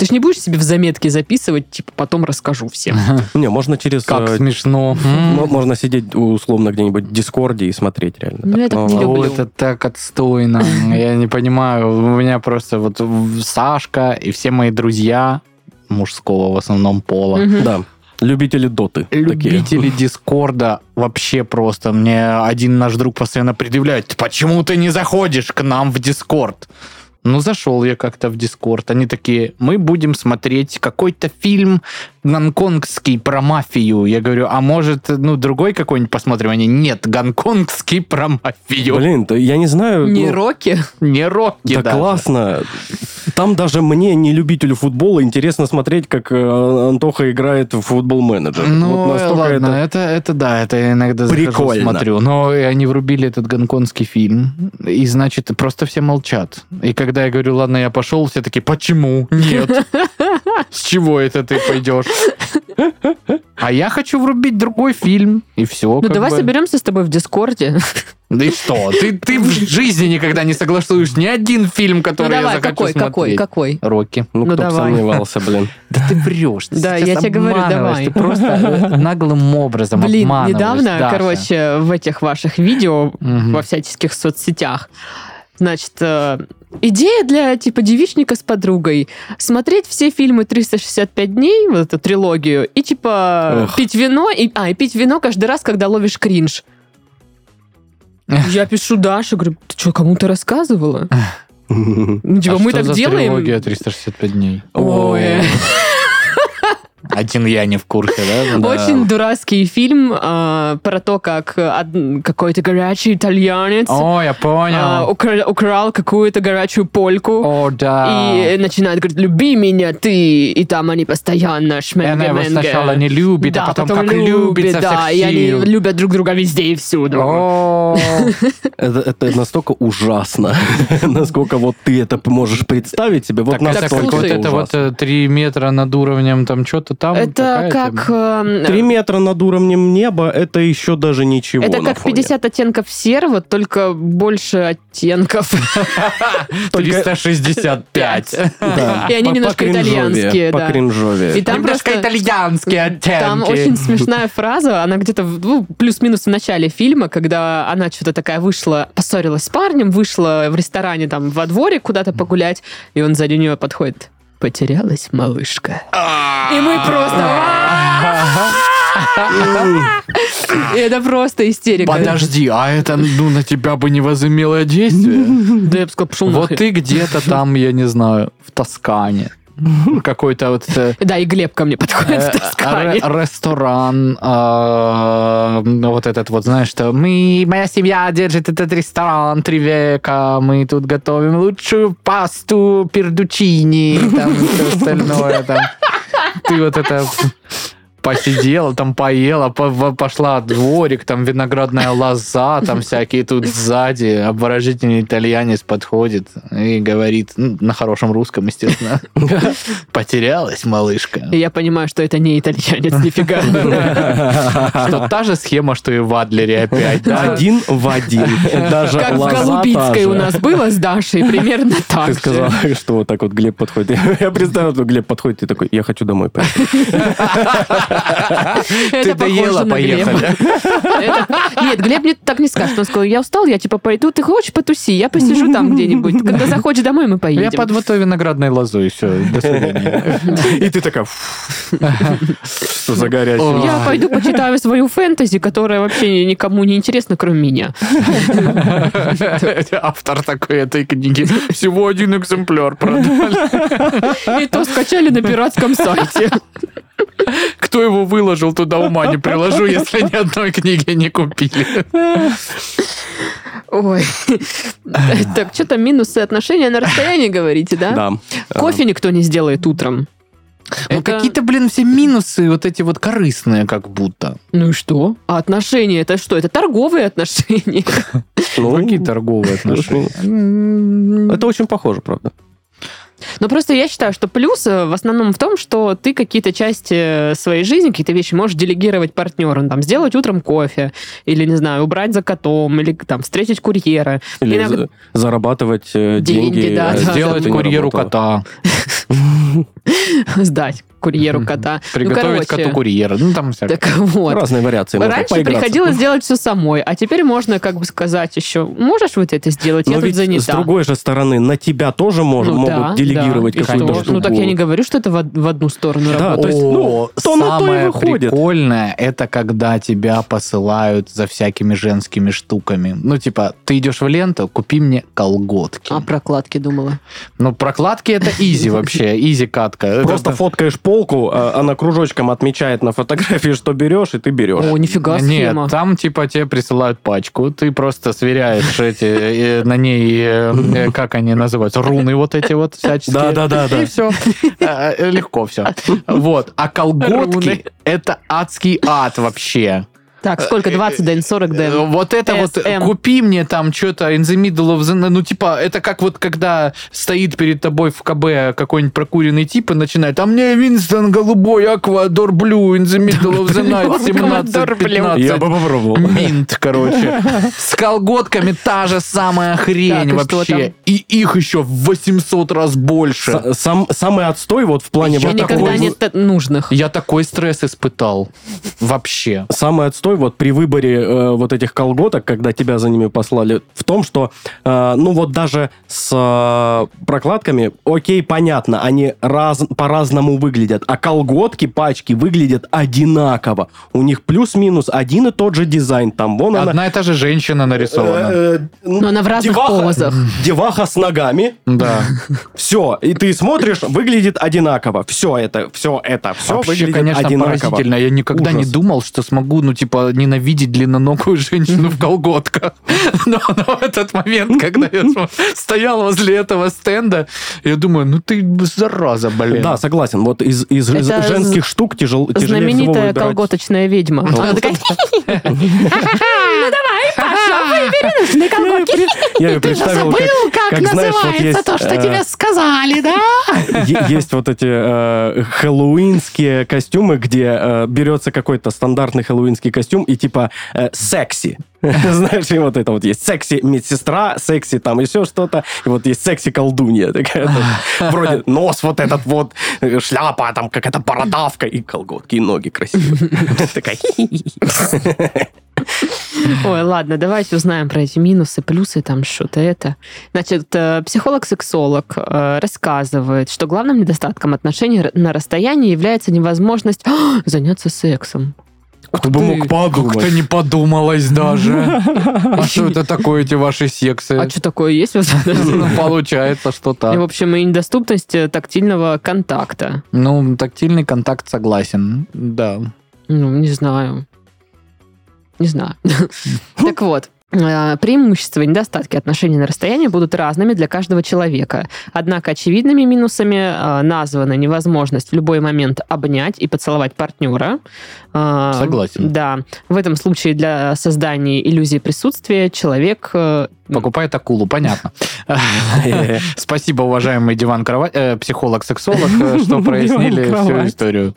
Ты ж не будешь себе в заметке записывать, типа, потом расскажу всем. Не, можно через... Как э, (laughs) смешно. мо- Ну, можно сидеть условно где-нибудь в Дискорде и смотреть реально. Ну, так. я так не Ну, люблю. О, это так отстойно. (laughs) Я не понимаю. У меня просто вот в- Сашка и все мои друзья мужского в основном (laughs) пола. Мгм. Да. Любители доты. такие. (laughs) Любители Дискорда вообще просто. Мне один наш друг постоянно предъявляет, почему ты не заходишь к нам в Дискорд? Ну, зашел я как-то в Дискорд. Они такие, мы будем смотреть какой-то фильм гонконгский про мафию. Я говорю, а может, ну, другой какой-нибудь посмотрим? Они, нет, гонконгский про мафию. Блин, то я не знаю... Не ну, Рокки? Не Рокки Да даже. классно. Там даже мне, не любителю футбола, интересно смотреть, как э, Антоха играет в футбол-менеджер. Ну, Вот э, настолько ладно, это- это... Это, да, это я иногда захожу, Прикольно. смотрю. Но и они врубили этот гонконгский фильм, и, значит, просто все молчат. И когда я говорю, ладно, я пошел, все такие, почему? Нет. (laughs) С чего это ты пойдешь? А я хочу врубить другой фильм, и все. Ну, давай соберемся с тобой в (laughs) Дискорде. Да и что? Ты, ты в жизни никогда не согласуешь ни один фильм, Ну, который я давай, захочу какой, смотреть. какой, какой? Рокки. Ну, Ну, кто бы давай. сомневался, блин. Да ты врешь. ты Да, сейчас я тебе говорю, обманываешь, давай. Ты просто э, наглым образом Блин, обманываешь, недавно, Даша. короче, в этих ваших видео Мгм. А во всяческих соцсетях. Значит, э, идея для типа девичника с подругой. Смотреть все фильмы 365 дней, вот эту трилогию, и типа Ох. пить вино, и, а, и пить вино каждый раз, когда ловишь кринж. Я пишу Даше, говорю, ты что, кому-то рассказывала? (laughs) Ну, типа, А мы что так за трилогия делаем. 365 дней. (laughs) Ой. Один я не в курсе, да? Да. Очень дурацкий фильм а, про то, как од- какой-то горячий итальянец О, я а, понял. укра- украл какую-то горячую польку. О, да. И начинает говорить, люби меня ты. И там они постоянно И она его шменге-менге. сначала не любит, да, а потом, как любит со да, всех и они сил. любят друг друга везде и всюду. О, Это, это настолько ужасно, (laughs) насколько вот ты это можешь представить себе. Вот так это так, как настолько вот слушай. это вот ужасно. э, три метра над уровнем там что-то там. это такая как... тема. эм, Три метра над уровнем неба – это еще даже ничего Это на как фоне. 50 оттенков серого, только больше оттенков. э, Только- 365. Да. И они По- немножко покринжовее, итальянские, да. покринжовее. И (laughs) там просто- итальянские оттенки. Там очень смешная фраза, она где-то в- ну, плюс-минус в начале фильма, когда она что-то такая вышла, поссорилась с парнем, вышла в ресторане там во дворе куда-то погулять, и он сзади нее подходит. Потерялась малышка. И мы А. просто... И это просто истерика. (laughs) Подожди, а это, ну, на тебя бы не возымело действие? Да я бы сказал, пошел Вот нахрен. ты где-то там, я не знаю, в Тоскане. Какой-то вот э, Да, и Глеб ко мне подходит э, в Тоскане. ре- ресторан, э, ну, вот этот вот, знаешь, что мы, моя семья держит этот ресторан три века, мы тут готовим лучшую пасту, пердучини, там все остальное. Там. Ты вот это посидела, там поела, по- во- пошла дворик, там виноградная лоза, там всякие тут сзади. Обворожительный итальянец подходит и говорит, ну, на хорошем русском, естественно, потерялась малышка. И я понимаю, что это не итальянец, (laughs) нифига. Что та же схема, что и в Адлере опять. да? Один в один. Даже Как в лоза та Голубицкой же. у нас было с Дашей, примерно так Ты же. сказал, (laughs) что вот так вот Глеб подходит. Я представил, что Глеб подходит, и такой, я хочу домой поехать. Это Ты похоже на доела, Глеба. поехали. Это- Нет, Глеб мне так не скажет. Он сказал, я устал, я типа пойду, ты хочешь потуси, я посижу там где-нибудь. Когда захочешь домой, мы Я поедем. под вот той виноградной лозой все. До свидания. И ты такая, «Фу, что за горячий. О. Я пойду почитаю свою фэнтези, которая вообще никому не интересна, кроме меня. (laughs) Автор такой этой книги. Всего один экземпляр продали. И то скачали на пиратском сайте. Кто его выложил, туда ума не приложу, если ни одной книги не купили. Ой. (laughs) Так, что там минусы отношения на расстоянии, говорите, да? Да. Кофе никто не сделает утром. Ну, Это- какие-то, блин, все минусы вот эти вот корыстные как будто. Ну и что? А отношения это что? Это торговые отношения. Ну, Какие торговые отношения? Это очень похоже, правда. Но просто я считаю, что плюс э, в основном в том, что ты какие-то части э, своей жизни, какие-то вещи можешь делегировать партнеру. Ну, Там, сделать утром кофе, или, не знаю, убрать за котом, или там встретить курьера. (laughs) Или Иногда- за- зарабатывать э, Деньги, деньги. да, да. э, если Сделать ты не курьеру работала. кота. Сдать курьеру кота. Ну, Приготовить короче. коту курьера. Ну, там всякое. Так вот. Разные вариации. можно Раньше поиграться. приходилось делать все самой, а теперь можно как бы сказать еще, можешь вот это сделать, Но я тут Ну, ведь занята. с другой же стороны на тебя тоже мож- Ну могут да, делегировать да. И какую-то что? штуку. Ну так я не говорю, что это в, од- в одну сторону Да, работает. то есть, ну, О, то оно то и самое выходит. прикольное, это когда тебя посылают за всякими женскими штуками. Ну, типа, ты идешь в ленту, купи мне колготки. А прокладки думала. Ну, прокладки это изи (laughs) вообще, изи катка. Просто Это- фоткаешь полку, а она кружочком отмечает на фотографии, что берешь, и ты берешь. О, нифига Нет, схема. там типа тебе присылают пачку, ты просто сверяешь эти, э, на ней, э, э, как они называются, руны вот эти вот всяческие. Да-да-да-да. И все. (laughs) Легко все. Вот. А Руны. колготки это адский ад вообще. Так, сколько? 20 дэн, 40 Э, дэн. Вот это вот, SM. купи мне там что-то in the middle of the... night. Ну, типа, это как вот, когда стоит перед тобой в КБ какой-нибудь прокуренный тип и начинает, а мне Винстон голубой, Аквадор Блю, in the middle of the night, Аквадор Блю. 17 Я бы попробовал. Минт, короче. С колготками та же самая хрень Так, и что вообще. там? И их еще в 800 раз больше. С- Сам, самый отстой вот в плане Я вот никогда такой... нет т- нужных. Я такой стресс испытал. Вообще. Самый отстой вот при выборе э, вот этих колготок, когда тебя за ними послали, в том, что, э, ну вот даже с э, прокладками, окей, понятно, они раз, по-разному выглядят, а колготки, пачки выглядят одинаково. У них плюс-минус один и тот же дизайн, там вон она... Одна и та же женщина нарисована. Э, э, ну, Но она в разных деваха- позах. Деваха с ногами, Да. Все, и ты смотришь, выглядит одинаково. Все это, все это, все Вообще, выглядит конечно, одинаково. поразительно. Я никогда Ужас. не думал, что смогу, ну, типа, ненавидеть длинноногую женщину в колготках. (laughs) Но, но в этот момент, когда я см- стоял возле этого стенда, я думаю, ну ты зараза, блин. Да, согласен. Вот из, из Это ж- женских штук тяжел, тяжелее всего Знаменитая выбирать. колготочная ведьма. Она такая, Нужны колготки. Я ее Ты же представил, забыл, как, как, как, знаешь, вот называется есть, то, что э, тебе сказали, да? е- есть вот эти э, хэллоуинские костюмы, где э, берется какой-то стандартный хэллоуинский костюм и типа э, секси. (laughs) Знаешь, и вот это вот есть секси медсестра, секси там еще что-то, и вот есть секси колдунья такая. там. Вроде нос вот этот вот, э, шляпа там какая-то бородавка и колготки, и ноги красивые. (laughs) Такая «Хи-хи-хи». Ой, ладно, давайте узнаем про эти минусы, плюсы, там что-то это. Значит, э, психолог-сексолог э, рассказывает, что главным недостатком отношений р- на расстоянии является невозможность «А, заняться сексом. Кто бы Ты мог Как-то подумать. не подумалось даже. А что это такое, эти ваши сексы? А что такое есть? у вас? Ну, получается, что И, В так. общем, и недоступность э, тактильного контакта. Ну, тактильный контакт согласен. Да. Ну, не знаю. Не знаю. Так вот, э, преимущества и недостатки отношений на расстоянии будут разными для каждого человека. Однако очевидными минусами э, названы невозможность в любой момент обнять и поцеловать партнера. Э, Согласен. Да. В этом случае для создания иллюзии присутствия человек... э, Покупает акулу, понятно. Спасибо, уважаемый диван кровать, психолог-сексолог, (laughs) э, что прояснили всю Диван-кровать. историю.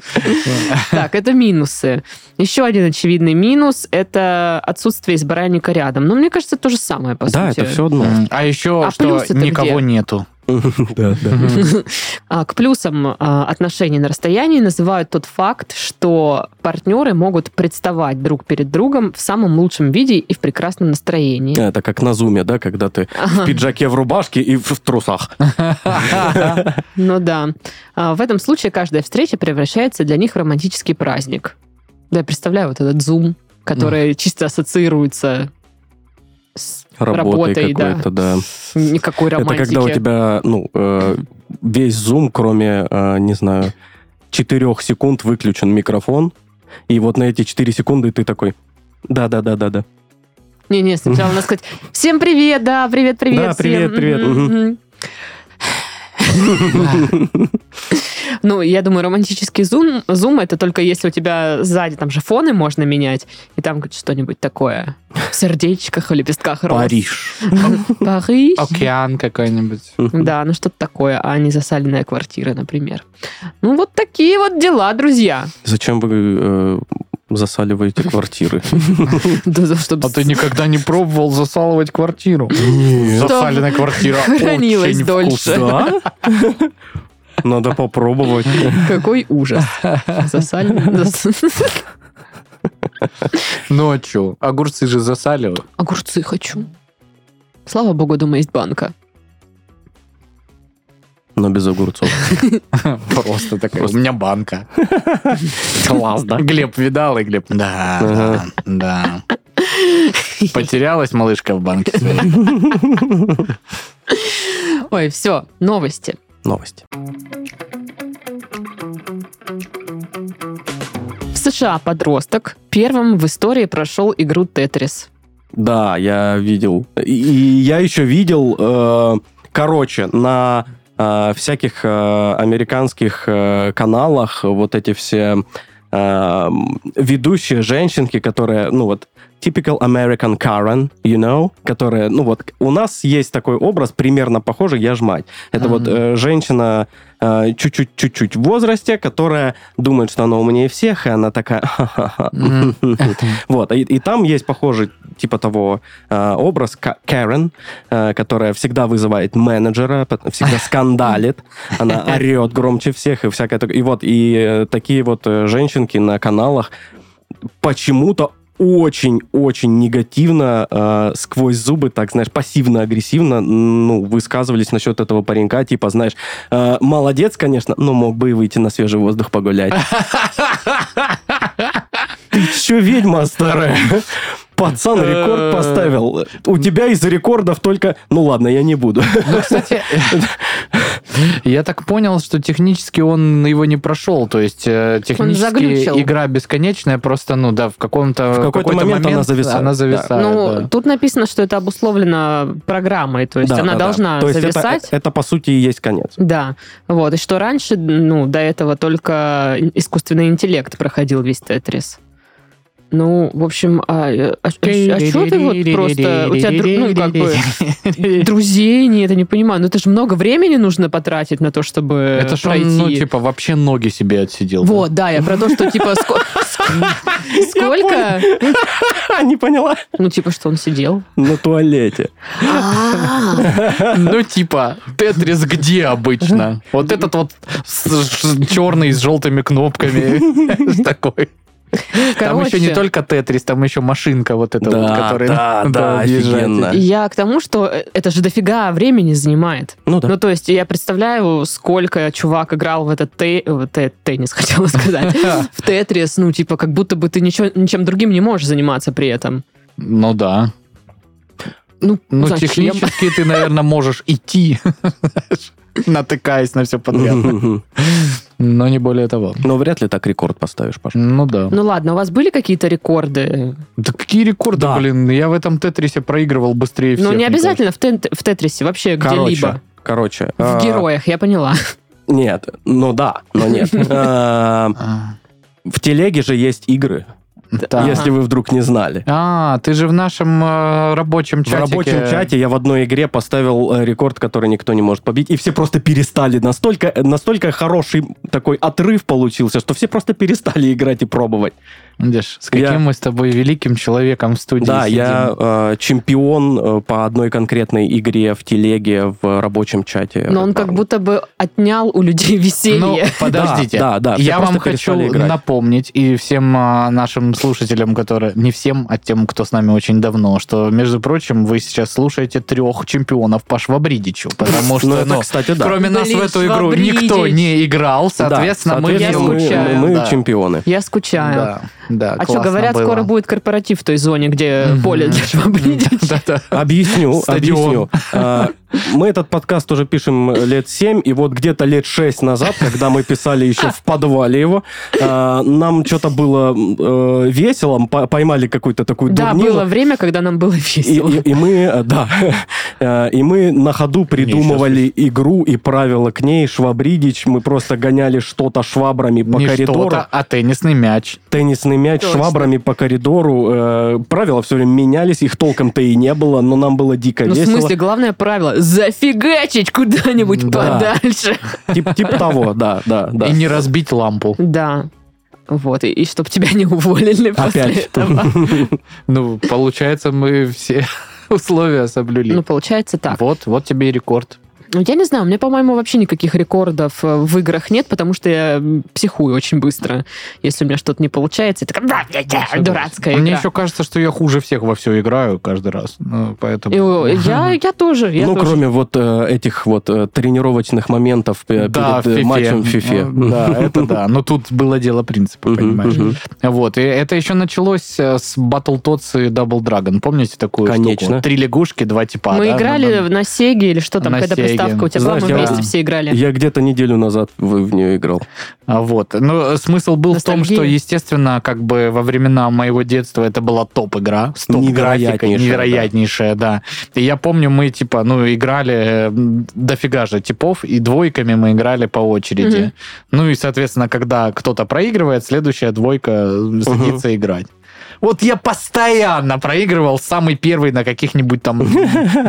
Так, это минусы. Еще один очевидный минус – это отсутствие избранника рядом. Но мне кажется, то же самое, по Да, сути. это все одно. М, А еще, А что плюсы-то никого где? нету. Да, да. А, К плюсам а, отношений на расстоянии называют тот факт, что партнеры могут представать друг перед другом в самом лучшем виде и в прекрасном настроении. А, Это как на зуме, да, когда ты в пиджаке, в рубашке и в, в трусах. Ну да. А, В этом случае каждая встреча превращается для них в романтический праздник. Да, я представляю вот этот зум, который чисто ассоциируется с Работой, работой, да. какой-то, да. Никакой Это романтики. когда у тебя, ну, э, весь зум, кроме, э, не знаю, четырех секунд выключен микрофон, и вот на эти четыре секунды ты такой... Да, да, да, да, да. Не-не, сначала надо сказать «Всем привет, да, привет-привет Да, привет, привет, Ну, я думаю, романтический зум, зум это только если у тебя сзади там же фоны можно менять, и там что-нибудь такое в сердечках, в лепестках роз. Париж. Париж. А Океан какой-нибудь. Да, ну что-то такое, а не засаленная квартира, например. Ну, вот такие вот дела, (laughs) друзья. Зачем вы э, засаливаете квартиры? Да, за- чтобы А ты никогда не пробовал засалывать квартиру? Нет. Засаленная квартира Хранилась очень дольше. вкусно. Надо попробовать. Какой (laughs) ужас. Засали. Ночью. Ну, а Огурцы же засаливают. Огурцы хочу. Слава богу, дома есть банка. Но без огурцов. (laughs) Просто такая. У Просто. меня банка. Класс, да? Глеб видал, и Глеб, да, Ага. да. Потерялась малышка в банке своей. Ой, все, новости. Новости. В США подросток первым в истории прошел игру Тетрис. Да, я видел. И и я еще видел, э, короче, на э, всяких э, американских э, каналах вот эти все э, м, ведущие женщинки, которые, ну вот, typical American Karen, you know, которые, ну вот, у нас есть такой образ, примерно похожий, я ж мать. Это Мгм. вот э, женщина э, чуть-чуть, чуть-чуть в возрасте, которая думает, что она умнее всех, и она такая... Мгм. Вот, и, и там есть похожий, типа того, э, образ Ка- Кэрен, э, которая всегда вызывает менеджера, пот- всегда скандалит, она орет громче всех и всякое такое. И вот, и э, такие вот э, женщинки на каналах почему-то очень-очень негативно, э, сквозь зубы, так, знаешь, пассивно-агрессивно, ну, высказывались насчет этого паренька, типа, знаешь, э, молодец, конечно, но мог бы и выйти на свежий воздух погулять. Ты че, ведьма старая? Пацан Э, рекорд поставил. У тебя из рекордов только... Ну ладно, я не буду. Я так понял, что технически он его не прошел. То есть э, заглючил. технически игра бесконечная, просто, ну да, в каком-то В какой-то момент она зависает, Она да. зависает, ну, да. тут написано, что это обусловлено программой, то есть Да, она да, да. должна То есть это- зависать. Это, по сути, и есть конец. (laughs) Да, вот, и что раньше, ну, до этого только искусственный интеллект проходил весь тетрис. Ну, в общем, а, э, а, что ты вот просто... У тебя, дру- ну, как (laughs) бы, друзей нет, я не понимаю. Ну, это же много времени нужно потратить на то, чтобы э, Это что, пройти. ну, типа, вообще ноги себе отсидел. да? Вот, да, я про то, что, типа, ско- ск- сколько... Не поняла? Ну, типа, что он (laughs) сидел. На туалете. А, (laughs) Ну, типа, Тетрис где обычно? Вот этот вот черный с желтыми кнопками. (laughs) Такой. Там еще не короче. только Тетрис, там еще машинка вот эта вот, которая... (laughs) да, да, объезжает. офигенно. Я к тому, что э, это же дофига времени занимает. Ну да. Ну, то есть, я представляю, сколько чувак играл в этот те- в те- теннис, (laughs) хотела сказать, в тетрис, ну, типа, как будто бы ты ничего, ничем другим не можешь заниматься при этом. Ну да. Ну, Ну, зачем? технически ты, наверное, можешь идти, знаешь, натыкаясь на все Ну, подряд. Мгм. Но не более того. Но вряд ли так рекорд поставишь, Паша. Ну да. Ну, ладно, у вас были какие-то рекорды? Да какие рекорды, Да. блин. Я в этом Тетрисе проигрывал быстрее всех. Ну, не мне обязательно в, тен- в тетрисе, вообще где-либо. Короче, короче. а, В героях, я поняла. Нет, ну да, но (laughs) нет. А, кажется. В телеге же есть игры, А, так. если вы вдруг не знали. А, ты же в нашем э, рабочем чатике. э, В рабочем чате я в одной игре поставил э, рекорд, который никто не может побить, и все просто перестали. Настолько, э, настолько хороший такой отрыв получился, что все просто перестали (laughs) играть и пробовать. Видишь, с каким Я- мы с тобой великим человеком в студии да, сидим. я э, чемпион э, по одной конкретной игре в телеге в рабочем чате. Но он как будто бы отнял у людей (laughs) Ну, веселье. подождите. Да, да, да, все я просто вам хочу перестали играть. напомнить и всем а, нашим слушателям, которые не всем, а тем, кто с нами очень давно, что, между прочим, вы сейчас слушаете трех чемпионов по Швабридичу, потому Ну, что, это, ну, кстати, да. кроме нас в Блин, эту игру Швабридич. никто не играл, Да, соответственно, мы соответственно, не мы- скучаем, мы да. чемпионы. Я скучаю. Да, да, А что, классно говорят, было. (laughs) скоро будет корпоратив в той зоне, где Мгм. поле для швабридича. Да-да. (laughs) Объясню, Стадион. объясню. А, Мы этот подкаст уже пишем лет 7, и вот где-то лет 6 назад, когда мы писали еще в подвале его, а, нам что-то было э, весело, м, по- поймали какую-то такую Да, дурнину. было время, когда нам было И, весело. и- и мы, э, да, (laughs) э, и мы на ходу придумывали игру и правила к ней. Швабридич, мы просто гоняли что-то швабрами по Не коридору. что-то, а теннисный мяч. Теннисный мяч Точно. швабрами по коридору. э, правила все время менялись, их толком-то и не было, но нам было дико Ну, в весело. смысле, главное правило – зафигачить куда-нибудь Да. подальше. Тип, тип того, да, да, да. И не разбить лампу. Да. Вот, и, и чтоб тебя не уволили после Опять. этого. Ну, (laughs) получается, мы все условия соблюли. Ну, получается так. Вот, вот тебе и рекорд. Ну, Я не знаю, у меня, по-моему, вообще никаких рекордов э, в играх нет, потому что я м, психую очень быстро. Если у меня что-то не получается, я такая «Да, да, да, Согласен. дурацкая Мне игра». еще кажется, что я хуже всех во все играю каждый раз. Ну, поэтому... И, э, я, я тоже, я ну, тоже. кроме вот э, этих вот э, тренировочных моментов э, Да, в перед э, фифе. матчем в фифе. Ну, Да, это да. Но тут было дело принципа, Мгм, понимаешь? мгм. Вот, и это еще началось э, с Battletoads и Double Dragon. Помните такую Конечно. штуку? Три лягушки, два типа. Мы да? играли Ну, да. на Сеге или что там, На когда Сеге. приставка у тебя была, Знаешь, мы я- вместе все играли. Я где-то неделю назад в, в нее играл. А Вот. Но смысл был в том, Ностальгия. что, естественно, как бы во времена моего детства это была топ-игра. С топ-графикой. Невероятнейшая, Невероятнейшая, да. И я помню, мы, типа, ну, играли э, м, дофига же типов, и двойками мы играли по очереди. Мгм. Ну и, соответственно, когда кто-то проигрывает, следующая двойка э, садится играть. Вот я постоянно проигрывал самый первый на каких-нибудь там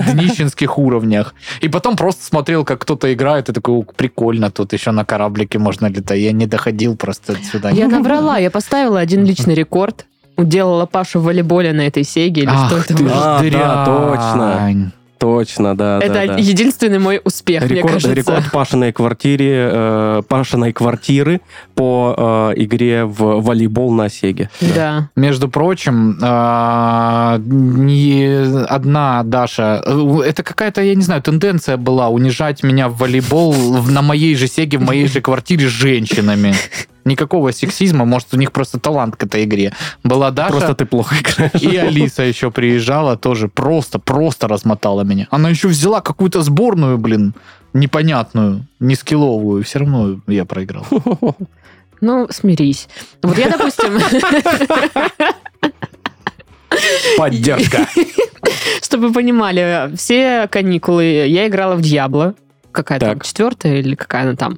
днищенских уровнях. И потом просто смотрел, как кто-то играет, и такой, «О, прикольно, тут еще на кораблике можно летать. Я не доходил просто сюда. Ну, Я набрала, я поставила один личный рекорд. Уделала Пашу в волейболе на этой Сеге или что Ах это ты было. ж А, да, дрянь. точно. Точно, да. Это да, да. единственный мой успех, мне Рекорд, кажется. рекорд Пашиной квартиры, э, Пашиной квартиры по э, игре в волейбол на Сеге. Да. Между прочим, а, не одна Даша, э, это какая-то, я не знаю, тенденция была унижать меня в волейбол в- на моей же сеге, в моей же квартире с женщинами. Никакого сексизма, может, у них просто талант к этой игре. Была Просто Даша, ты плохо играешь. и Алиса еще приезжала, тоже просто, просто размотала меня. Она еще взяла какую-то сборную, блин, непонятную, не скилловую, все равно я проиграл. Ну, смирись. Вот я, допустим, (laughs) (laughs) Поддержка. чтобы вы понимали, все каникулы я играла в Дьябло. Какая там, Так. четвертая или какая она там?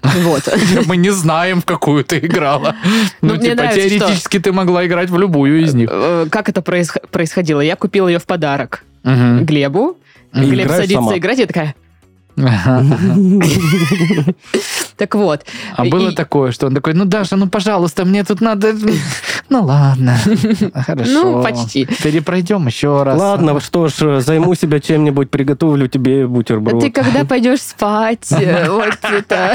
Вот. Мы не знаем, в какую ты играла. (laughs) Ну, Ну, мне типа, нравится, теоретически ты могла играть в любую из них. Э, Как это происх- происходило? Я купила ее в подарок Мгм. Глебу. И Глеб играешь садится сама? играть, я такая... Ага. Так вот, (laughs) А было И- такое, что он такой, ну, Даша, ну, пожалуйста, мне тут надо... (laughs) Ну, ладно, хорошо. ну, почти. Перепройдем еще раз. Ладно, что ж, займу себя чем-нибудь, приготовлю тебе бутерброд. А Ты когда пойдешь (laughs) спать? Э, Вот это...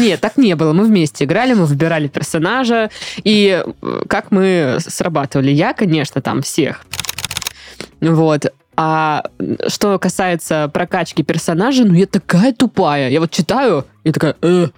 Нет, так не было. Мы вместе играли, мы выбирали персонажа. И э, как мы срабатывали? Я, конечно, там всех. Вот. А что касается прокачки персонажа, ну я такая тупая. Я вот читаю и такая... «Э,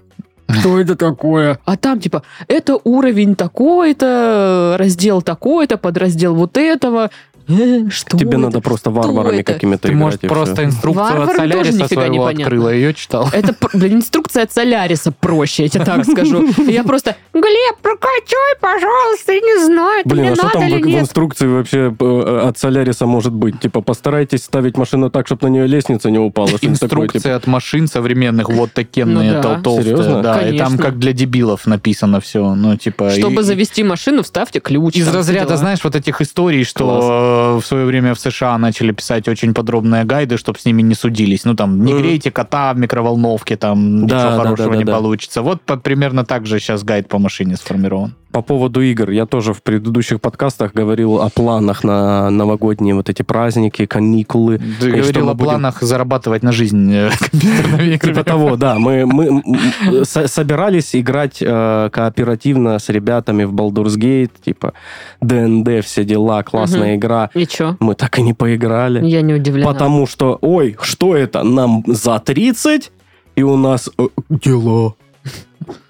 что это такое? А там типа, это уровень такой-то, раздел такой-то, подраздел вот этого. Э, что Тебе это? надо просто варварами это? какими-то Ты, играть. может, и всё. просто инструкцию от Варварам тоже Соляриса нифига своего непонятно. открыла, ее (laughs) читал. Это, пр- блин, инструкция от Соляриса проще, я тебе так скажу. И Я просто, Глеб, прокачай, пожалуйста, я не знаю, это Блин, мне а что надо там в, или в нет. инструкции вообще э, от Соляриса может быть? Типа, постарайтесь ставить машину так, чтобы на нее лестница не упала. что-нибудь такое, типа. Инструкция от машин современных, вот Ну такенные да. тол- толстые. Серьезно? Да, и там Конечно. как для дебилов написано все. Ну, типа... и- Чтобы завести машину, вставьте ключ. Из там, все разряда, дела. знаешь, вот этих историй, что э, в свое время в США начали писать очень подробные гайды, чтобы с ними не судились. Ну, там, не Мгм. грейте кота в микроволновке, там, Э. Да, ничего да, хорошего да, не да, да. получится. Вот по- примерно так же сейчас гайд по машине сформирован. По поводу игр, я тоже в предыдущих подкастах говорил о планах на новогодние вот эти праздники, каникулы. Ты И что говорил мы о будем- планах зарабатывать на жизнь э, (laughs) компьютерными Типа играми. того, да, мы, мы м, э, со- собирались играть э, кооперативно с ребятами в Baldur's Gate, типа ДНД, все дела, классная игра. И чё? Мы так и не поиграли. Я не удивлена. Потому что, ой, что это, нам за 30, и у нас э, дела.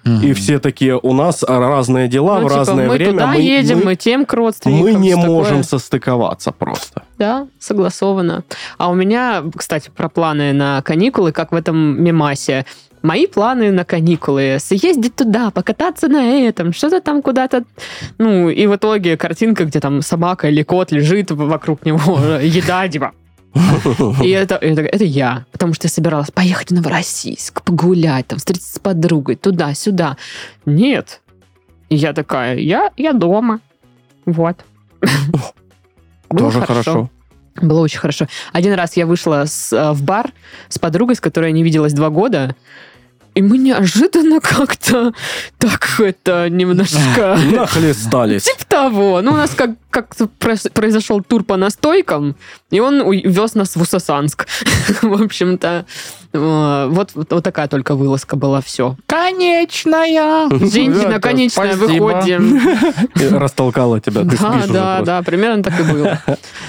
Мгм. И все такие, у нас разные дела Ну, в типа, разное мы время. туда мы- едем, мы, мы- тем к родственникам. мы не всё такое. можем состыковаться просто. Да, согласовано. А у меня, кстати, про планы на каникулы, как в этом мемасе. Мои планы на каникулы. Съездить туда, покататься на этом, что-то там куда-то. Ну, и в итоге картинка, где там собака или кот лежит в- вокруг него, (laughs) еда, типа. (laughs) И это, это, это я, потому что я собиралась поехать в Новороссийск, погулять, там, встретиться с подругой, туда-сюда. Нет. И я такая, я, я дома. Вот. Было Тоже хорошо. было очень хорошо. Один раз я вышла с, э, в бар с подругой, с которой я не виделась два года. И мы неожиданно как-то так это немножко... (laughs) Нахлестались. Типа того. Ну, у нас как- как-то прос- произошел тур по настойкам, и он у- вез нас в Усасанск. (laughs) В общем-то, э, вот вот такая только вылазка была, все. (laughs) Конечная! Женщина Ну, Ребята, конечная, спасибо. выходим. И Растолкала тебя. Да, Ты спишь уже да, просто. да, примерно так и (laughs) было.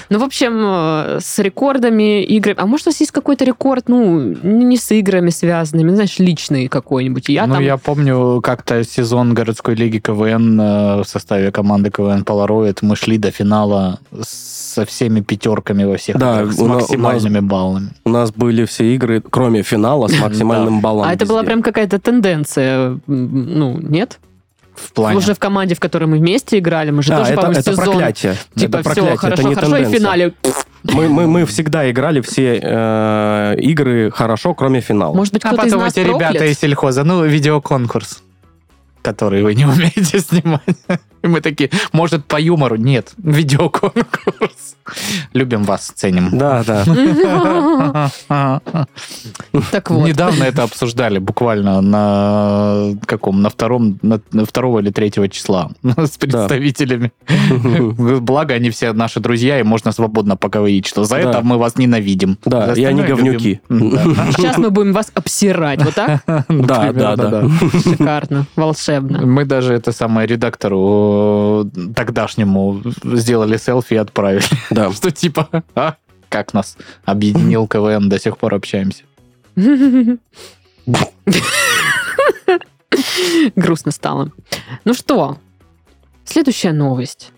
Ну, в общем, э, с рекордами, игры... А может, у вас есть какой-то рекорд, ну, не не с играми связанными, ну, знаешь, личный какой-нибудь? Я ну, там... я помню, как-то сезон городской лиги КВН э, в составе команды КВН Полароид мы шли до финала со всеми пятерками во всех Да, играх, с у на- у нас- максимальными баллами. У нас были все игры, кроме финала, с максимальным баллом. А это была везде. прям какая-то тенденция, м, ну, нет? В плане. Уже в команде, в которой мы вместе играли, мы же Да, тоже, А, это, по-моему, это сезон... проклятие. Типа, это все, проклятие, хорошо, это не хорошо, и в тенденция. финале... Мы, (laughs) мы, мы всегда играли все э, игры хорошо, кроме финала. Может быть, А кто-то из потом нас эти проклят? ребята из (laughs) сельхоза, ну, видеоконкурс, который вы не (laughs) умеете снимать. И мы такие, может, по юмору? Нет, видеоконкурс. Любим вас, ценим. Да, да. (laughs) Так вот. Недавно это обсуждали, буквально на каком, на втором, на, на второго или третьего числа (laughs) с представителями. Благо, они все наши друзья, и можно свободно поговорить, что за Да. это мы вас ненавидим. Да, За и они остальное говнюки. (laughs) любим. Да. Сейчас мы будем вас обсирать, вот так? Да, Примерно, да, да. Шикарно, волшебно. Мы даже это самое редактору э, тогдашнему сделали селфи и отправили. (laughs) Да. Что типа, а? Как нас объединил КВН, до сих пор (laughs) общаемся. (laughs) Грустно стало. Ну что, следующая новость.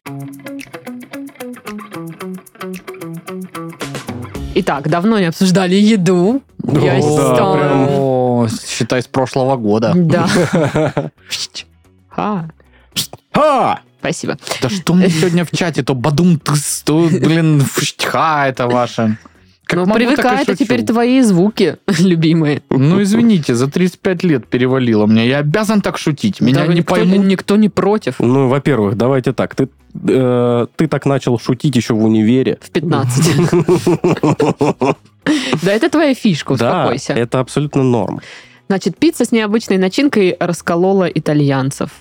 Итак, давно не обсуждали еду. Я О, стала- прям. О, считай, с прошлого года. Да. (laughs) Ха, Ха! Спасибо. Да что мне сегодня в чате, то бадум тыс, то, блин, фштха это ваше. Как Ну, могу, так и привыкай, это шучу. теперь твои звуки (laughs) любимые. Ну, извините, за 35 лет перевалило мне. Я обязан так шутить. Меня Да, не никто- поймут. Никто не против. Ну, во-первых, давайте так. Ты, э, ты так начал шутить еще в универе. В (laughs) 15. Да, это твоя фишка, Да, успокойся. это абсолютно норм. Значит, пицца с необычной начинкой расколола итальянцев.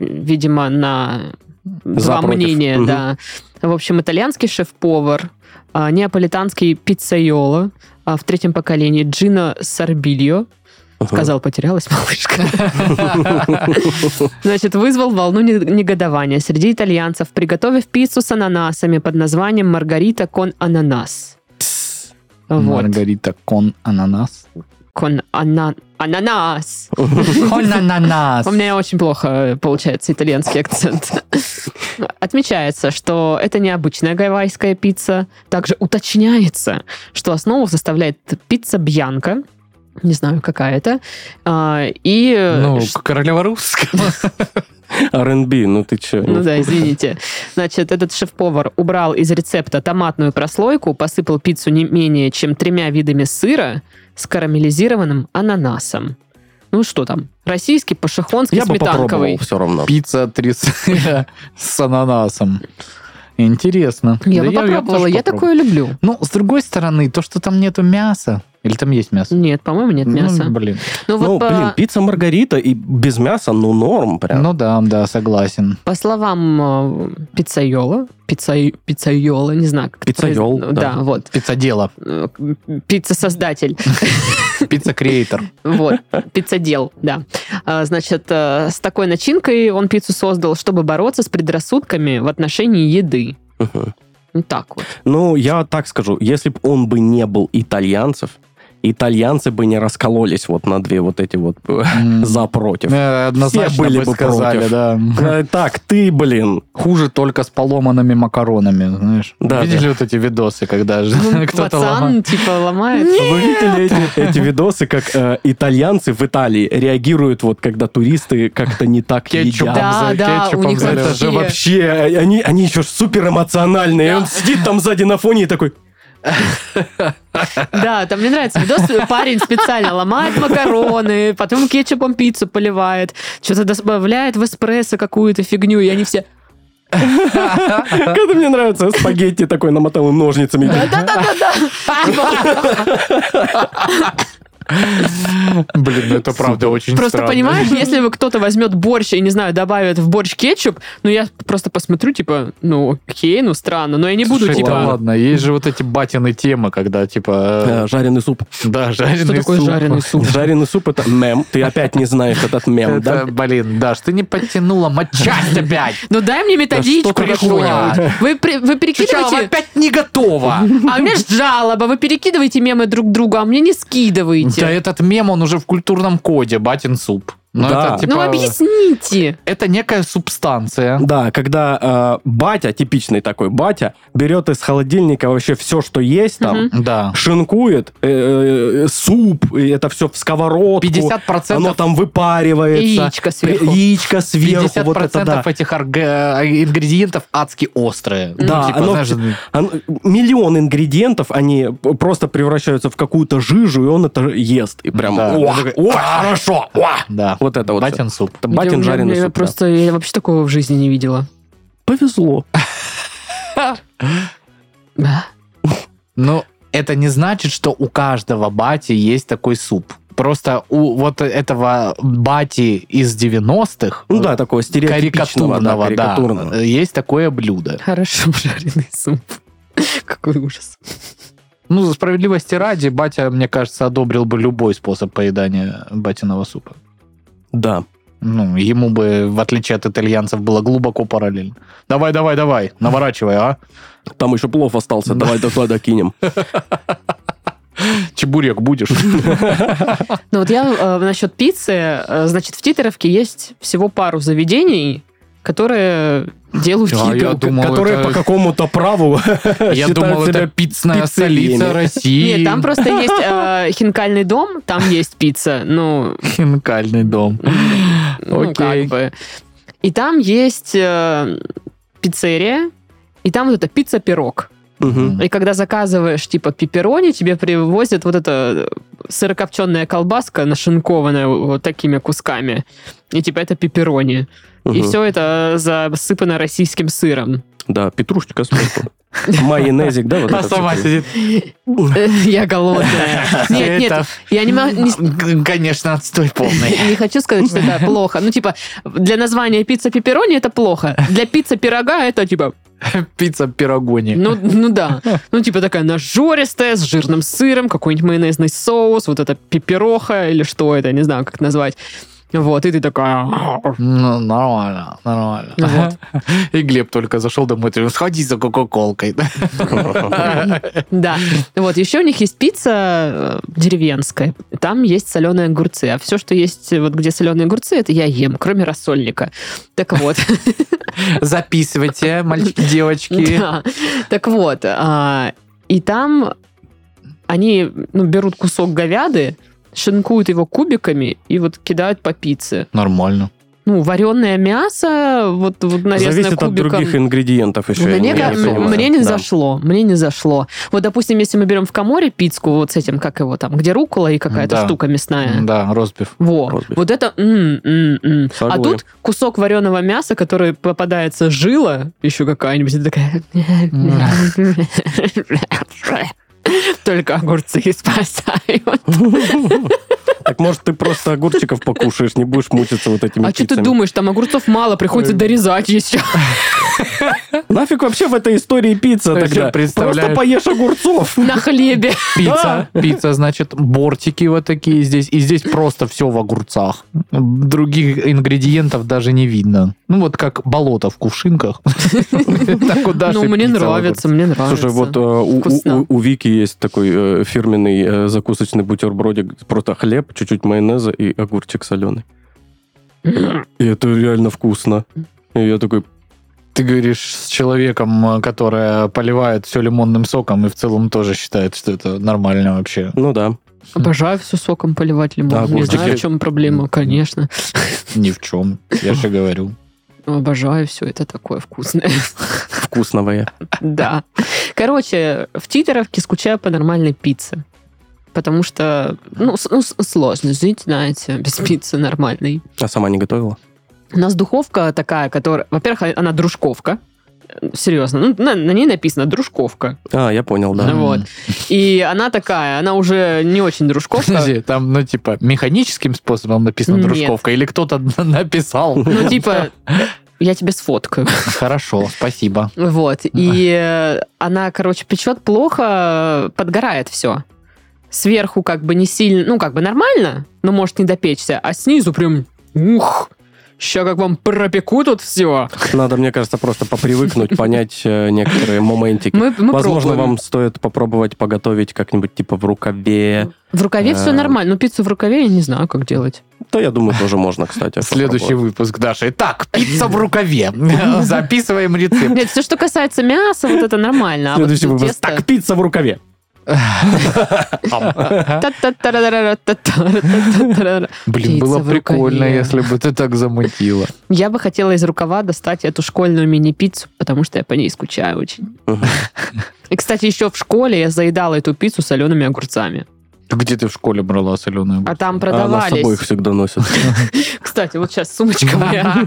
Видимо, на два За, против. мнения, Мгм. да. В общем, итальянский шеф-повар, а, неаполитанский пиццайоло, а, в третьем поколении Джина Сорбильо, сказал, потерялась малышка. (laughs) Значит, вызвал волну не- негодования среди итальянцев, приготовив пиццу с ананасами под названием «Маргарита кон ананас». Вот. Маргарита Кон Ананас. Кон анан... ананас. Кон Ананас. У меня очень плохо э, получается итальянский акцент. (laughs) Отмечается, что это необычная гавайская пицца. Также уточняется, что основу составляет пицца Бьянка. Не знаю, какая это. А, И... э, Ну, ш- королева русского. R&B, ну ты че? ну (laughs) да, извините. Значит, этот шеф-повар убрал из рецепта томатную прослойку, посыпал пиццу не менее чем тремя видами сыра с карамелизированным ананасом. Ну что там? Российский, пашихонский, Я бы сметанковый. попробовал все ну, равно. Пицца три сыра (laughs) с ананасом. Интересно. Я Да бы попробовала, тоже я попробую. такое люблю. Ну, с другой стороны, то, что там нету мяса. Или там есть мясо? Нет, по-моему, нет Ну, мяса. Ну, блин. вот ну, по, блин, пицца Маргарита и без мяса, ну норм прям. Ну да, да, согласен. по словам э, пиццайола, пицца, пиццайола, не знаю, как это Пиццайол, произно- да. да. вот. Пиццадело. Э, Пицца-создатель, (laughs) Пицца-креатор. вот, пиццадел, да. А, Значит, э, с такой начинкой он пиццу создал, чтобы бороться с предрассудками в отношении еды. Мгм. Ну, так (laughs) вот. Ну, я так скажу, если бы он бы не был итальянцев, итальянцы бы не раскололись вот на две вот эти вот э, М. за против. Э, Однозначно Все были бы бы сказали, против. да. Э, Так, ты, блин. Хуже только с поломанными макаронами, знаешь. Да, Видели вот эти видосы, когда же Ну, (laughs) кто-то Пацан, ломает? типа, ломает. Вы видели эти, эти видосы, как э, итальянцы в Италии реагируют, вот когда туристы как-то не так Кетчупом едят? Да, за- да, у кетчупом них залил. Это же вообще, э, они, они еще супер эмоциональные. И он сидит там сзади на фоне и такой, Да, там мне нравится видос, парень специально ломает макароны, потом кетчупом пиццу поливает, что-то добавляет в эспрессо какую-то фигню, и они все... Когда мне нравится спагетти такой намотал ножницами. Блин, ну это правда очень Просто странно. понимаешь, если бы кто-то возьмет борщ и, не знаю, добавит в борщ кетчуп, ну я просто посмотрю, типа, ну окей, ну странно, но я не буду, Слушай, типа... да ладно, есть же вот эти батины темы, когда, типа, Э, Жареный суп. э, да, жареный Что такое суп. жареный суп? Жареный суп это мем. Ты опять не знаешь этот мем, да? Это, блин, Даш, ты не (laughs) подтянула матчасть опять. Ну дай мне методичку что ты какую-нибудь. такое? Вы, при- вы Чучало перекидываете... опять не готова. А у меня ж жалоба, вы перекидываете мемы друг другу, а мне не Да скидываете. этот мем, он уже в культурном коде, батин суп. Ну, Да. это, типа, Ну объясните. это некая субстанция. Да, когда э, батя, типичный такой батя, берет из холодильника вообще все, что есть там, Мгм. Да. шинкует, э, э, э, суп, и это все в сковородку. 50% Оно там выпаривается. Яичко сверху. При- Яичко сверху, 50% вот это да. этих орга- ингредиентов адски острые. Да, типа, оно- знаешь, Он- миллион ингредиентов, они п- просто превращаются в какую-то жижу, и он это ест. И прям Да. «Уа, Он такой, уа». хорошо. уа!» Да. вот это вот. всё. Батин суп. Это батин Я- жареный я суп, да. Просто я вообще такого в жизни не видела. повезло. Да. Но Ну, это не значит, что у каждого бати есть такой суп. Просто у вот этого бати из 90-х, Ну да, такого стереотипичного, да, э, карикатурного, да, карикатурного. есть такое блюдо. Хорошо, (laughs) жареный суп. Какой ужас. Ну, за справедливости ради, батя, мне кажется, одобрил бы любой способ поедания батиного супа. Да. Ну, ему бы, в отличие от итальянцев, было глубоко параллельно. Давай, давай, давай, наворачивай, а? Там еще плов остался, Да. давай туда докинем. Чебурек (laughs) будешь? Ну вот я э, насчет пиццы, э, значит, в Титеровке есть всего пару заведений, которые делают А еду. я (laughs) думал, Которые это- по какому-то праву (laughs) Я считают думал, себя это пиццная пиццериями. столица (laughs) России. Нет, там просто есть э, хинкальный дом, там есть пицца, ну, Хинкальный дом. ну, как Окей. бы. И там есть э, пиццерия, и там вот это пицца-пирог. Мгм. И когда заказываешь, типа, пепперони, тебе привозят вот эта э, сырокопченая колбаска, нашинкованная вот такими кусками. И типа это пепперони. И Мгм. все это засыпано российским сыром. (laughs) Да, петрушечка сверху. Майонезик, да? (laughs) вот Она это сама всё. сидит. Э, Я голодная. Нет, нет, я не могу... не- Конечно, отстой полный. Не хочу сказать, что это плохо. Ну, типа, для названия пицца пепперони это плохо. Для пицца пирога это типа, (laughs) Пицца пирогони. (laughs) ну, ну да. Ну, типа такая нажористая, с жирным сыром, какой-нибудь майонезный соус, вот это пеппероха или что это, не знаю, как назвать. Вот, и ты такая... (laughs) Ну, нормально, нормально. Вот. И Глеб только зашел домой, ты сходи за кока-колкой. Да. Вот, еще у них есть пицца э, деревенская. Там есть соленые огурцы. А все, что есть, э, вот где соленые огурцы, это я ем, кроме рассольника. Так вот. (laughs) Записывайте, мальчики, девочки. Да. Так вот, а, и там они ну, берут кусок говяды, шинкуют его кубиками и вот кидают по пицце. (laughs) Нормально. Ну, вареное мясо, вот, вот нарезанное Зависит от кубиком. Ну, других ингредиентов еще. Мне, я ка- не м- понимаю. мне не Да. зашло, мне не зашло. Вот, допустим, если мы берем в Каморе пиццу вот с этим, как его там, где рукола и какая-то Да. штука мясная. Да, розбив. Во, Розбив. вот это... м, м, м. А Согласен. тут кусок вареного мяса, который попадается жила, еще какая-нибудь, и такая... (laughs) Только огурцы А спасают. (laughs) Так может ты просто огурчиков покушаешь, не будешь мучиться вот этими А что ты птицами. думаешь, там огурцов мало, приходится Ой. дорезать еще. Нафиг вообще в этой истории пицца Вообще тогда? представляешь. Просто поешь огурцов. На хлебе. Пицца. Пицца, значит, бортики вот такие здесь. И здесь просто все в огурцах. Других ингредиентов даже не видно. Ну, вот как болото в кувшинках. (laughs) Так вот даже Ну, мне пицца в нравится, мне нравится. Слушай, вот э, у- Вкусно. у- у у Вики есть такой э, фирменный э, закусочный бутербродик. Просто хлеб, чуть-чуть майонеза и огурчик соленый. И это реально вкусно. И я такой, Ты говоришь с человеком, э, который поливает все лимонным соком и в целом тоже считает, что это нормально вообще. ну да. Обожаю все соком поливать Да, лимон. Не огурчики. знаю, в чем проблема, конечно. Ни в чем. Я же говорю. Обожаю все это такое вкусное. (laughs) Вкусновая. Да. Короче, в Титеровке скучаю по нормальной пицце. Потому что, ну, с- ну, с- сложно жить, знаете, (laughs) без пиццы нормальной. А сама не готовила? У нас духовка такая, которая... Во-первых, она а, дружковка. серьезно, ну, на, на ней написано «дружковка». А, я понял, да. Ну, вот. И она такая, она уже не очень (laughs) дружковка. Подожди, там, ну, типа, механическим способом написано Нет. дружковка, или кто-то (laughs) написал. Ну, типа, я тебе сфоткаю. Хорошо, спасибо. Вот. И э, она, короче, печет плохо, подгорает все. Сверху как бы не сильно, ну, как бы нормально, но может не допечься, а снизу прям, ух, ща как вам пропеку тут все. Надо, мне кажется, (laughs) просто попривыкнуть, понять э, некоторые моментики. Мы, мы Возможно, пробуем. вам стоит попробовать поготовить как-нибудь типа в рукаве. В рукаве все Э, нормально, но пиццу в рукаве я не знаю, как делать. То, я думаю, тоже можно, кстати. Следующий попробовать. выпуск Даши. Так, пицца в (laughs) рукаве. Записываем рецепт. Нет, все, что касается мяса, вот это нормально. А вот Следующий выпуск. тесто- Так, пицца в рукаве. Та-та-та-ра-ра-ра-та-та-ра-та-та-ра-ра. Блин, Пицца было в прикольно, рукаве. если бы ты так замутила. Я бы хотела из рукава достать эту школьную мини-пиццу, потому что я по ней скучаю очень. Мгм. И, кстати, еще в школе я заедала эту пиццу солеными огурцами. Где ты в школе брала соленую? А там А Она с собой продавались... их всегда носит. Кстати, вот сейчас сумочка моя.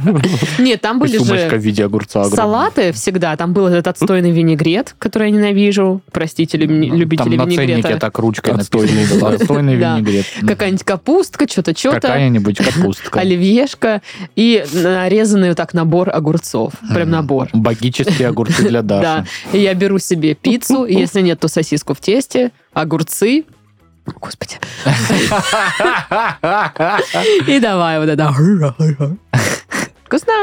Нет, там (laughs) были Сумочка в же виде огурца. огромная. салаты всегда. Там был этот отстойный винегрет, который я ненавижу. Простите, люби- любители Там на ценнике винегрета. так ручкой Отстойный, отстойный, да. отстойный Да. винегрет. Какая-нибудь капустка, что-то, что-то. Какая-нибудь капустка. Оливьешка и нарезанный вот так набор огурцов. Прям набор. Богические огурцы (laughs) для Да. Даши. И я беру себе пиццу, и если нет, то сосиску в тесте, огурцы. О, Господи. А И давай вот это. Вкусно!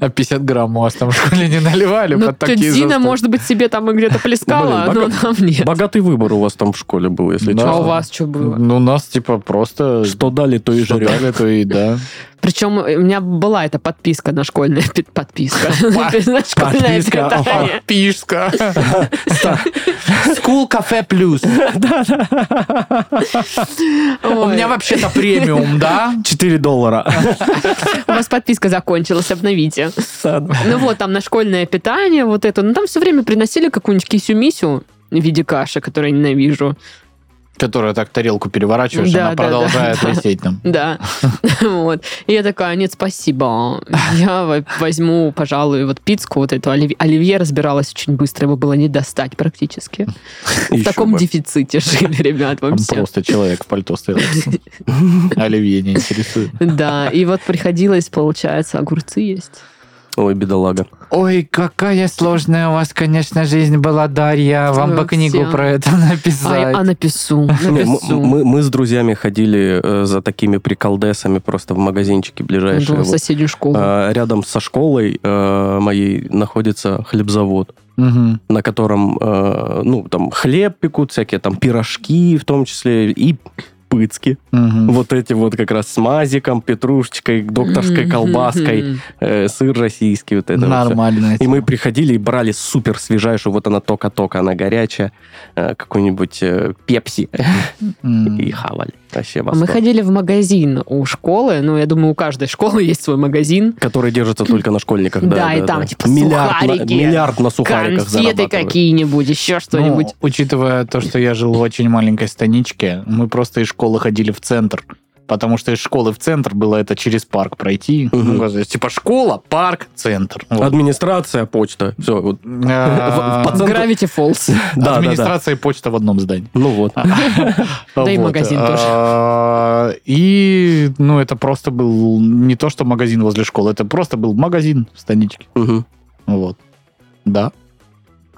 50 грамм у вас там в школе не наливали Ну, под такие Дина, застойные. может быть, себе там и где-то плескала, Блин, но богат- нам нет. Богатый выбор у вас там в школе был, если Да. А у честно. вас что было? Ну, у нас типа просто... Что дали, то и что жрем. дали, то и (laughs) да. Причем у меня была эта подписка на школьное пи- подписка. (laughs) На школьное питание. Пижска. School Cafe Plus. А У Ой, меня вообще-то премиум, да? 4 доллара. У вас подписка закончилась, обновите. Ну вот, там на школьное питание, вот это. Ну там все время приносили какую-нибудь кисю-мисю в виде каши, которую я ненавижу. Которая так тарелку переворачиваешь, Да, она да, продолжает да, да. висеть там. (laughs) Да. Вот. И я такая, нет, спасибо. Я во- возьму, пожалуй, вот пиццу, вот эту оливье. Оливье разбиралась очень быстро, его было не достать практически. В таком (laughs) дефиците жили, ребят, Там вообще. просто человек в пальто стоял. (laughs) Оливье не интересует. Да, и вот приходилось, получается, огурцы есть. Ой, бедолага. Ой, какая сложная у вас, конечно, жизнь была, Дарья. Вам бы книгу Всё. про это А, написать. а напису, Не, м- напису. мы, мы с друзьями ходили э, за такими приколдесами просто в магазинчике Я ближайшие. думала, в Вот. соседнюю школу. А, рядом со школой э, моей находится хлебзавод, Мгм. на котором, э, ну, там хлеб пекут, всякие там пирожки в том числе и пыцки. Мгм. Вот эти вот как раз с мазиком, петрушечкой, докторской колбаской, э, сыр российский, вот это вот всё. Нормально. И мы приходили и брали супер свежайшую, вот она тока-тока, она горячая, э, какую-нибудь э, пепси Мгм. и хавали. Вообще А Мы восторг. ходили в магазин у школы, ну, я думаю, у каждой школы есть свой магазин. Которые держатся только на школьниках. Да, Да, и там, типа, миллиард на, сухарики, миллиард на сухариках Конфеты зарабатывают. какие-нибудь, еще что-нибудь. Ну, учитывая то, что я жил в очень маленькой станичке, мы просто из школы ходили в центр. Потому что из школы в центр было это через парк пройти. Мгм. Ну, то есть, типа школа, парк, центр. Вот. Э, Администрация, почта, все. Вот. А, (laughs) в- в пацан- Гравити Фолз. Да, да, да. Администрация и почта в одном здании. Ну вот. А. Да и Вот. магазин тоже. А, И, ну, это просто был не то, что магазин возле школы, это просто был магазин в станичке. Мгм. Вот. Да.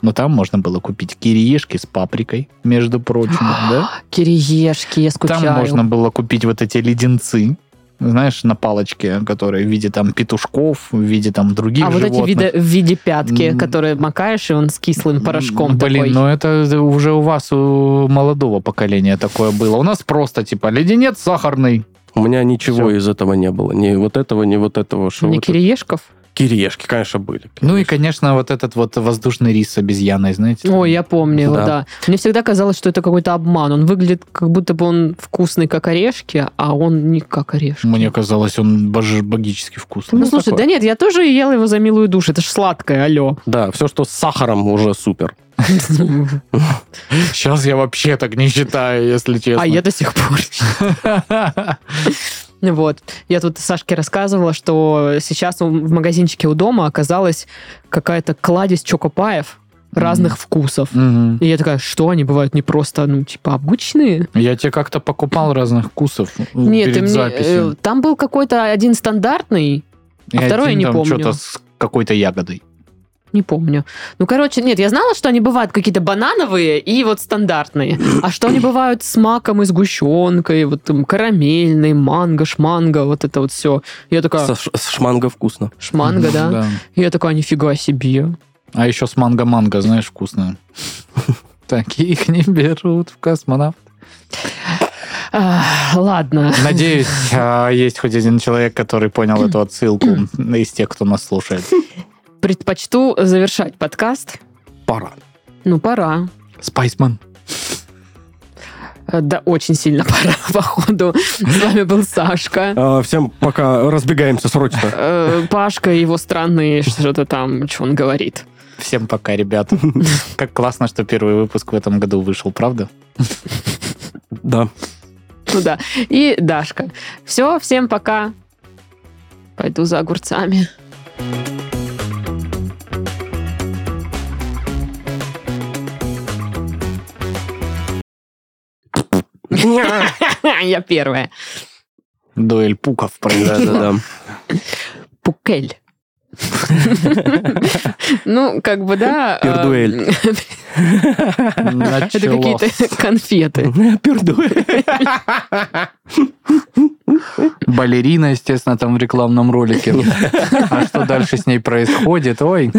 Но там можно было купить кириешки с паприкой, между прочим, (gasps) да? (gasps) Кириешки, я скучаю. Там можно было купить вот эти леденцы, знаешь, на палочке, которые в виде там петушков, в виде там других а вот эти животных. виды, в виде пятки, М. которые макаешь, и он с кислым порошком Блин, такой. ну это уже у вас, у молодого поколения такое было. У нас просто типа леденец сахарный. У меня ничего Всё. из этого не было. Ни вот этого, ни вот этого. Что Не вот это. кириешков? Кириешки, конечно, были. Ну и, конечно, вот этот вот воздушный рис с обезьяной, знаете? Ой, я помню его, Да. да. Мне всегда казалось, что это какой-то обман. Он выглядит, как будто бы он вкусный, как орешки, а он не как орешки. Мне казалось, он боже- богически вкусный. Ну, слушай, да нет, я тоже ела его за милую душу. Это ж сладкое, (laughs) алло. А Да, все, что с сахаром, уже супер. Сейчас я вообще так не считаю, если честно. А я до сих пор. (laughs) Вот. Я тут Сашке рассказывала, что сейчас у- в магазинчике у дома оказалась какая-то кладезь чокопаев (laughs) разных вкусов. Мгм. И я такая, что они бывают не просто, ну, типа, обычные? Я тебе как-то покупал разных вкусов э, Нет, ты перед мне, записью. э, там был какой-то один стандартный, И а второй я один не там помню. что-то с какой-то ягодой. не помню. Ну, короче, нет, я знала, что они бывают какие-то банановые и вот стандартные. А что они бывают с маком и сгущенкой, вот там карамельный, манго, шманго, вот это вот все. Я такая, Со ш- с шманго вкусно. шманго, да? Я такая, нифига себе. А еще с манго-манго, (laughs) знаешь, вкусно. Таких не берут в космонавт. Ах, Ладно. Надеюсь, а, есть хоть один человек, который понял эту отсылку (clears throat) из тех, кто нас слушает. Предпочту завершать подкаст. Пора. Ну, пора. Спайсман. Э, Да, очень сильно (laughs) пора, походу. С вами был Сашка. А, Всем пока. Разбегаемся срочно. Э, Пашка и его странные что-то там, что он говорит. Всем (laughs) пока, ребята. Как классно, что первый выпуск в этом году вышел, правда? (laughs) Да. Ну да. И Дашка. Все, всем пока. Пойду за огурцами. (laughs) Я первая. Дуэль пуков (laughs) произошла. Да-да-да. Пукель. (laughs) Ну, как бы, да. э, Пердуэль. Это Началось. какие-то конфеты. Пердуэль. Балерина, естественно, там в (laughs) рекламном ролике. А что дальше с ней происходит? Ой.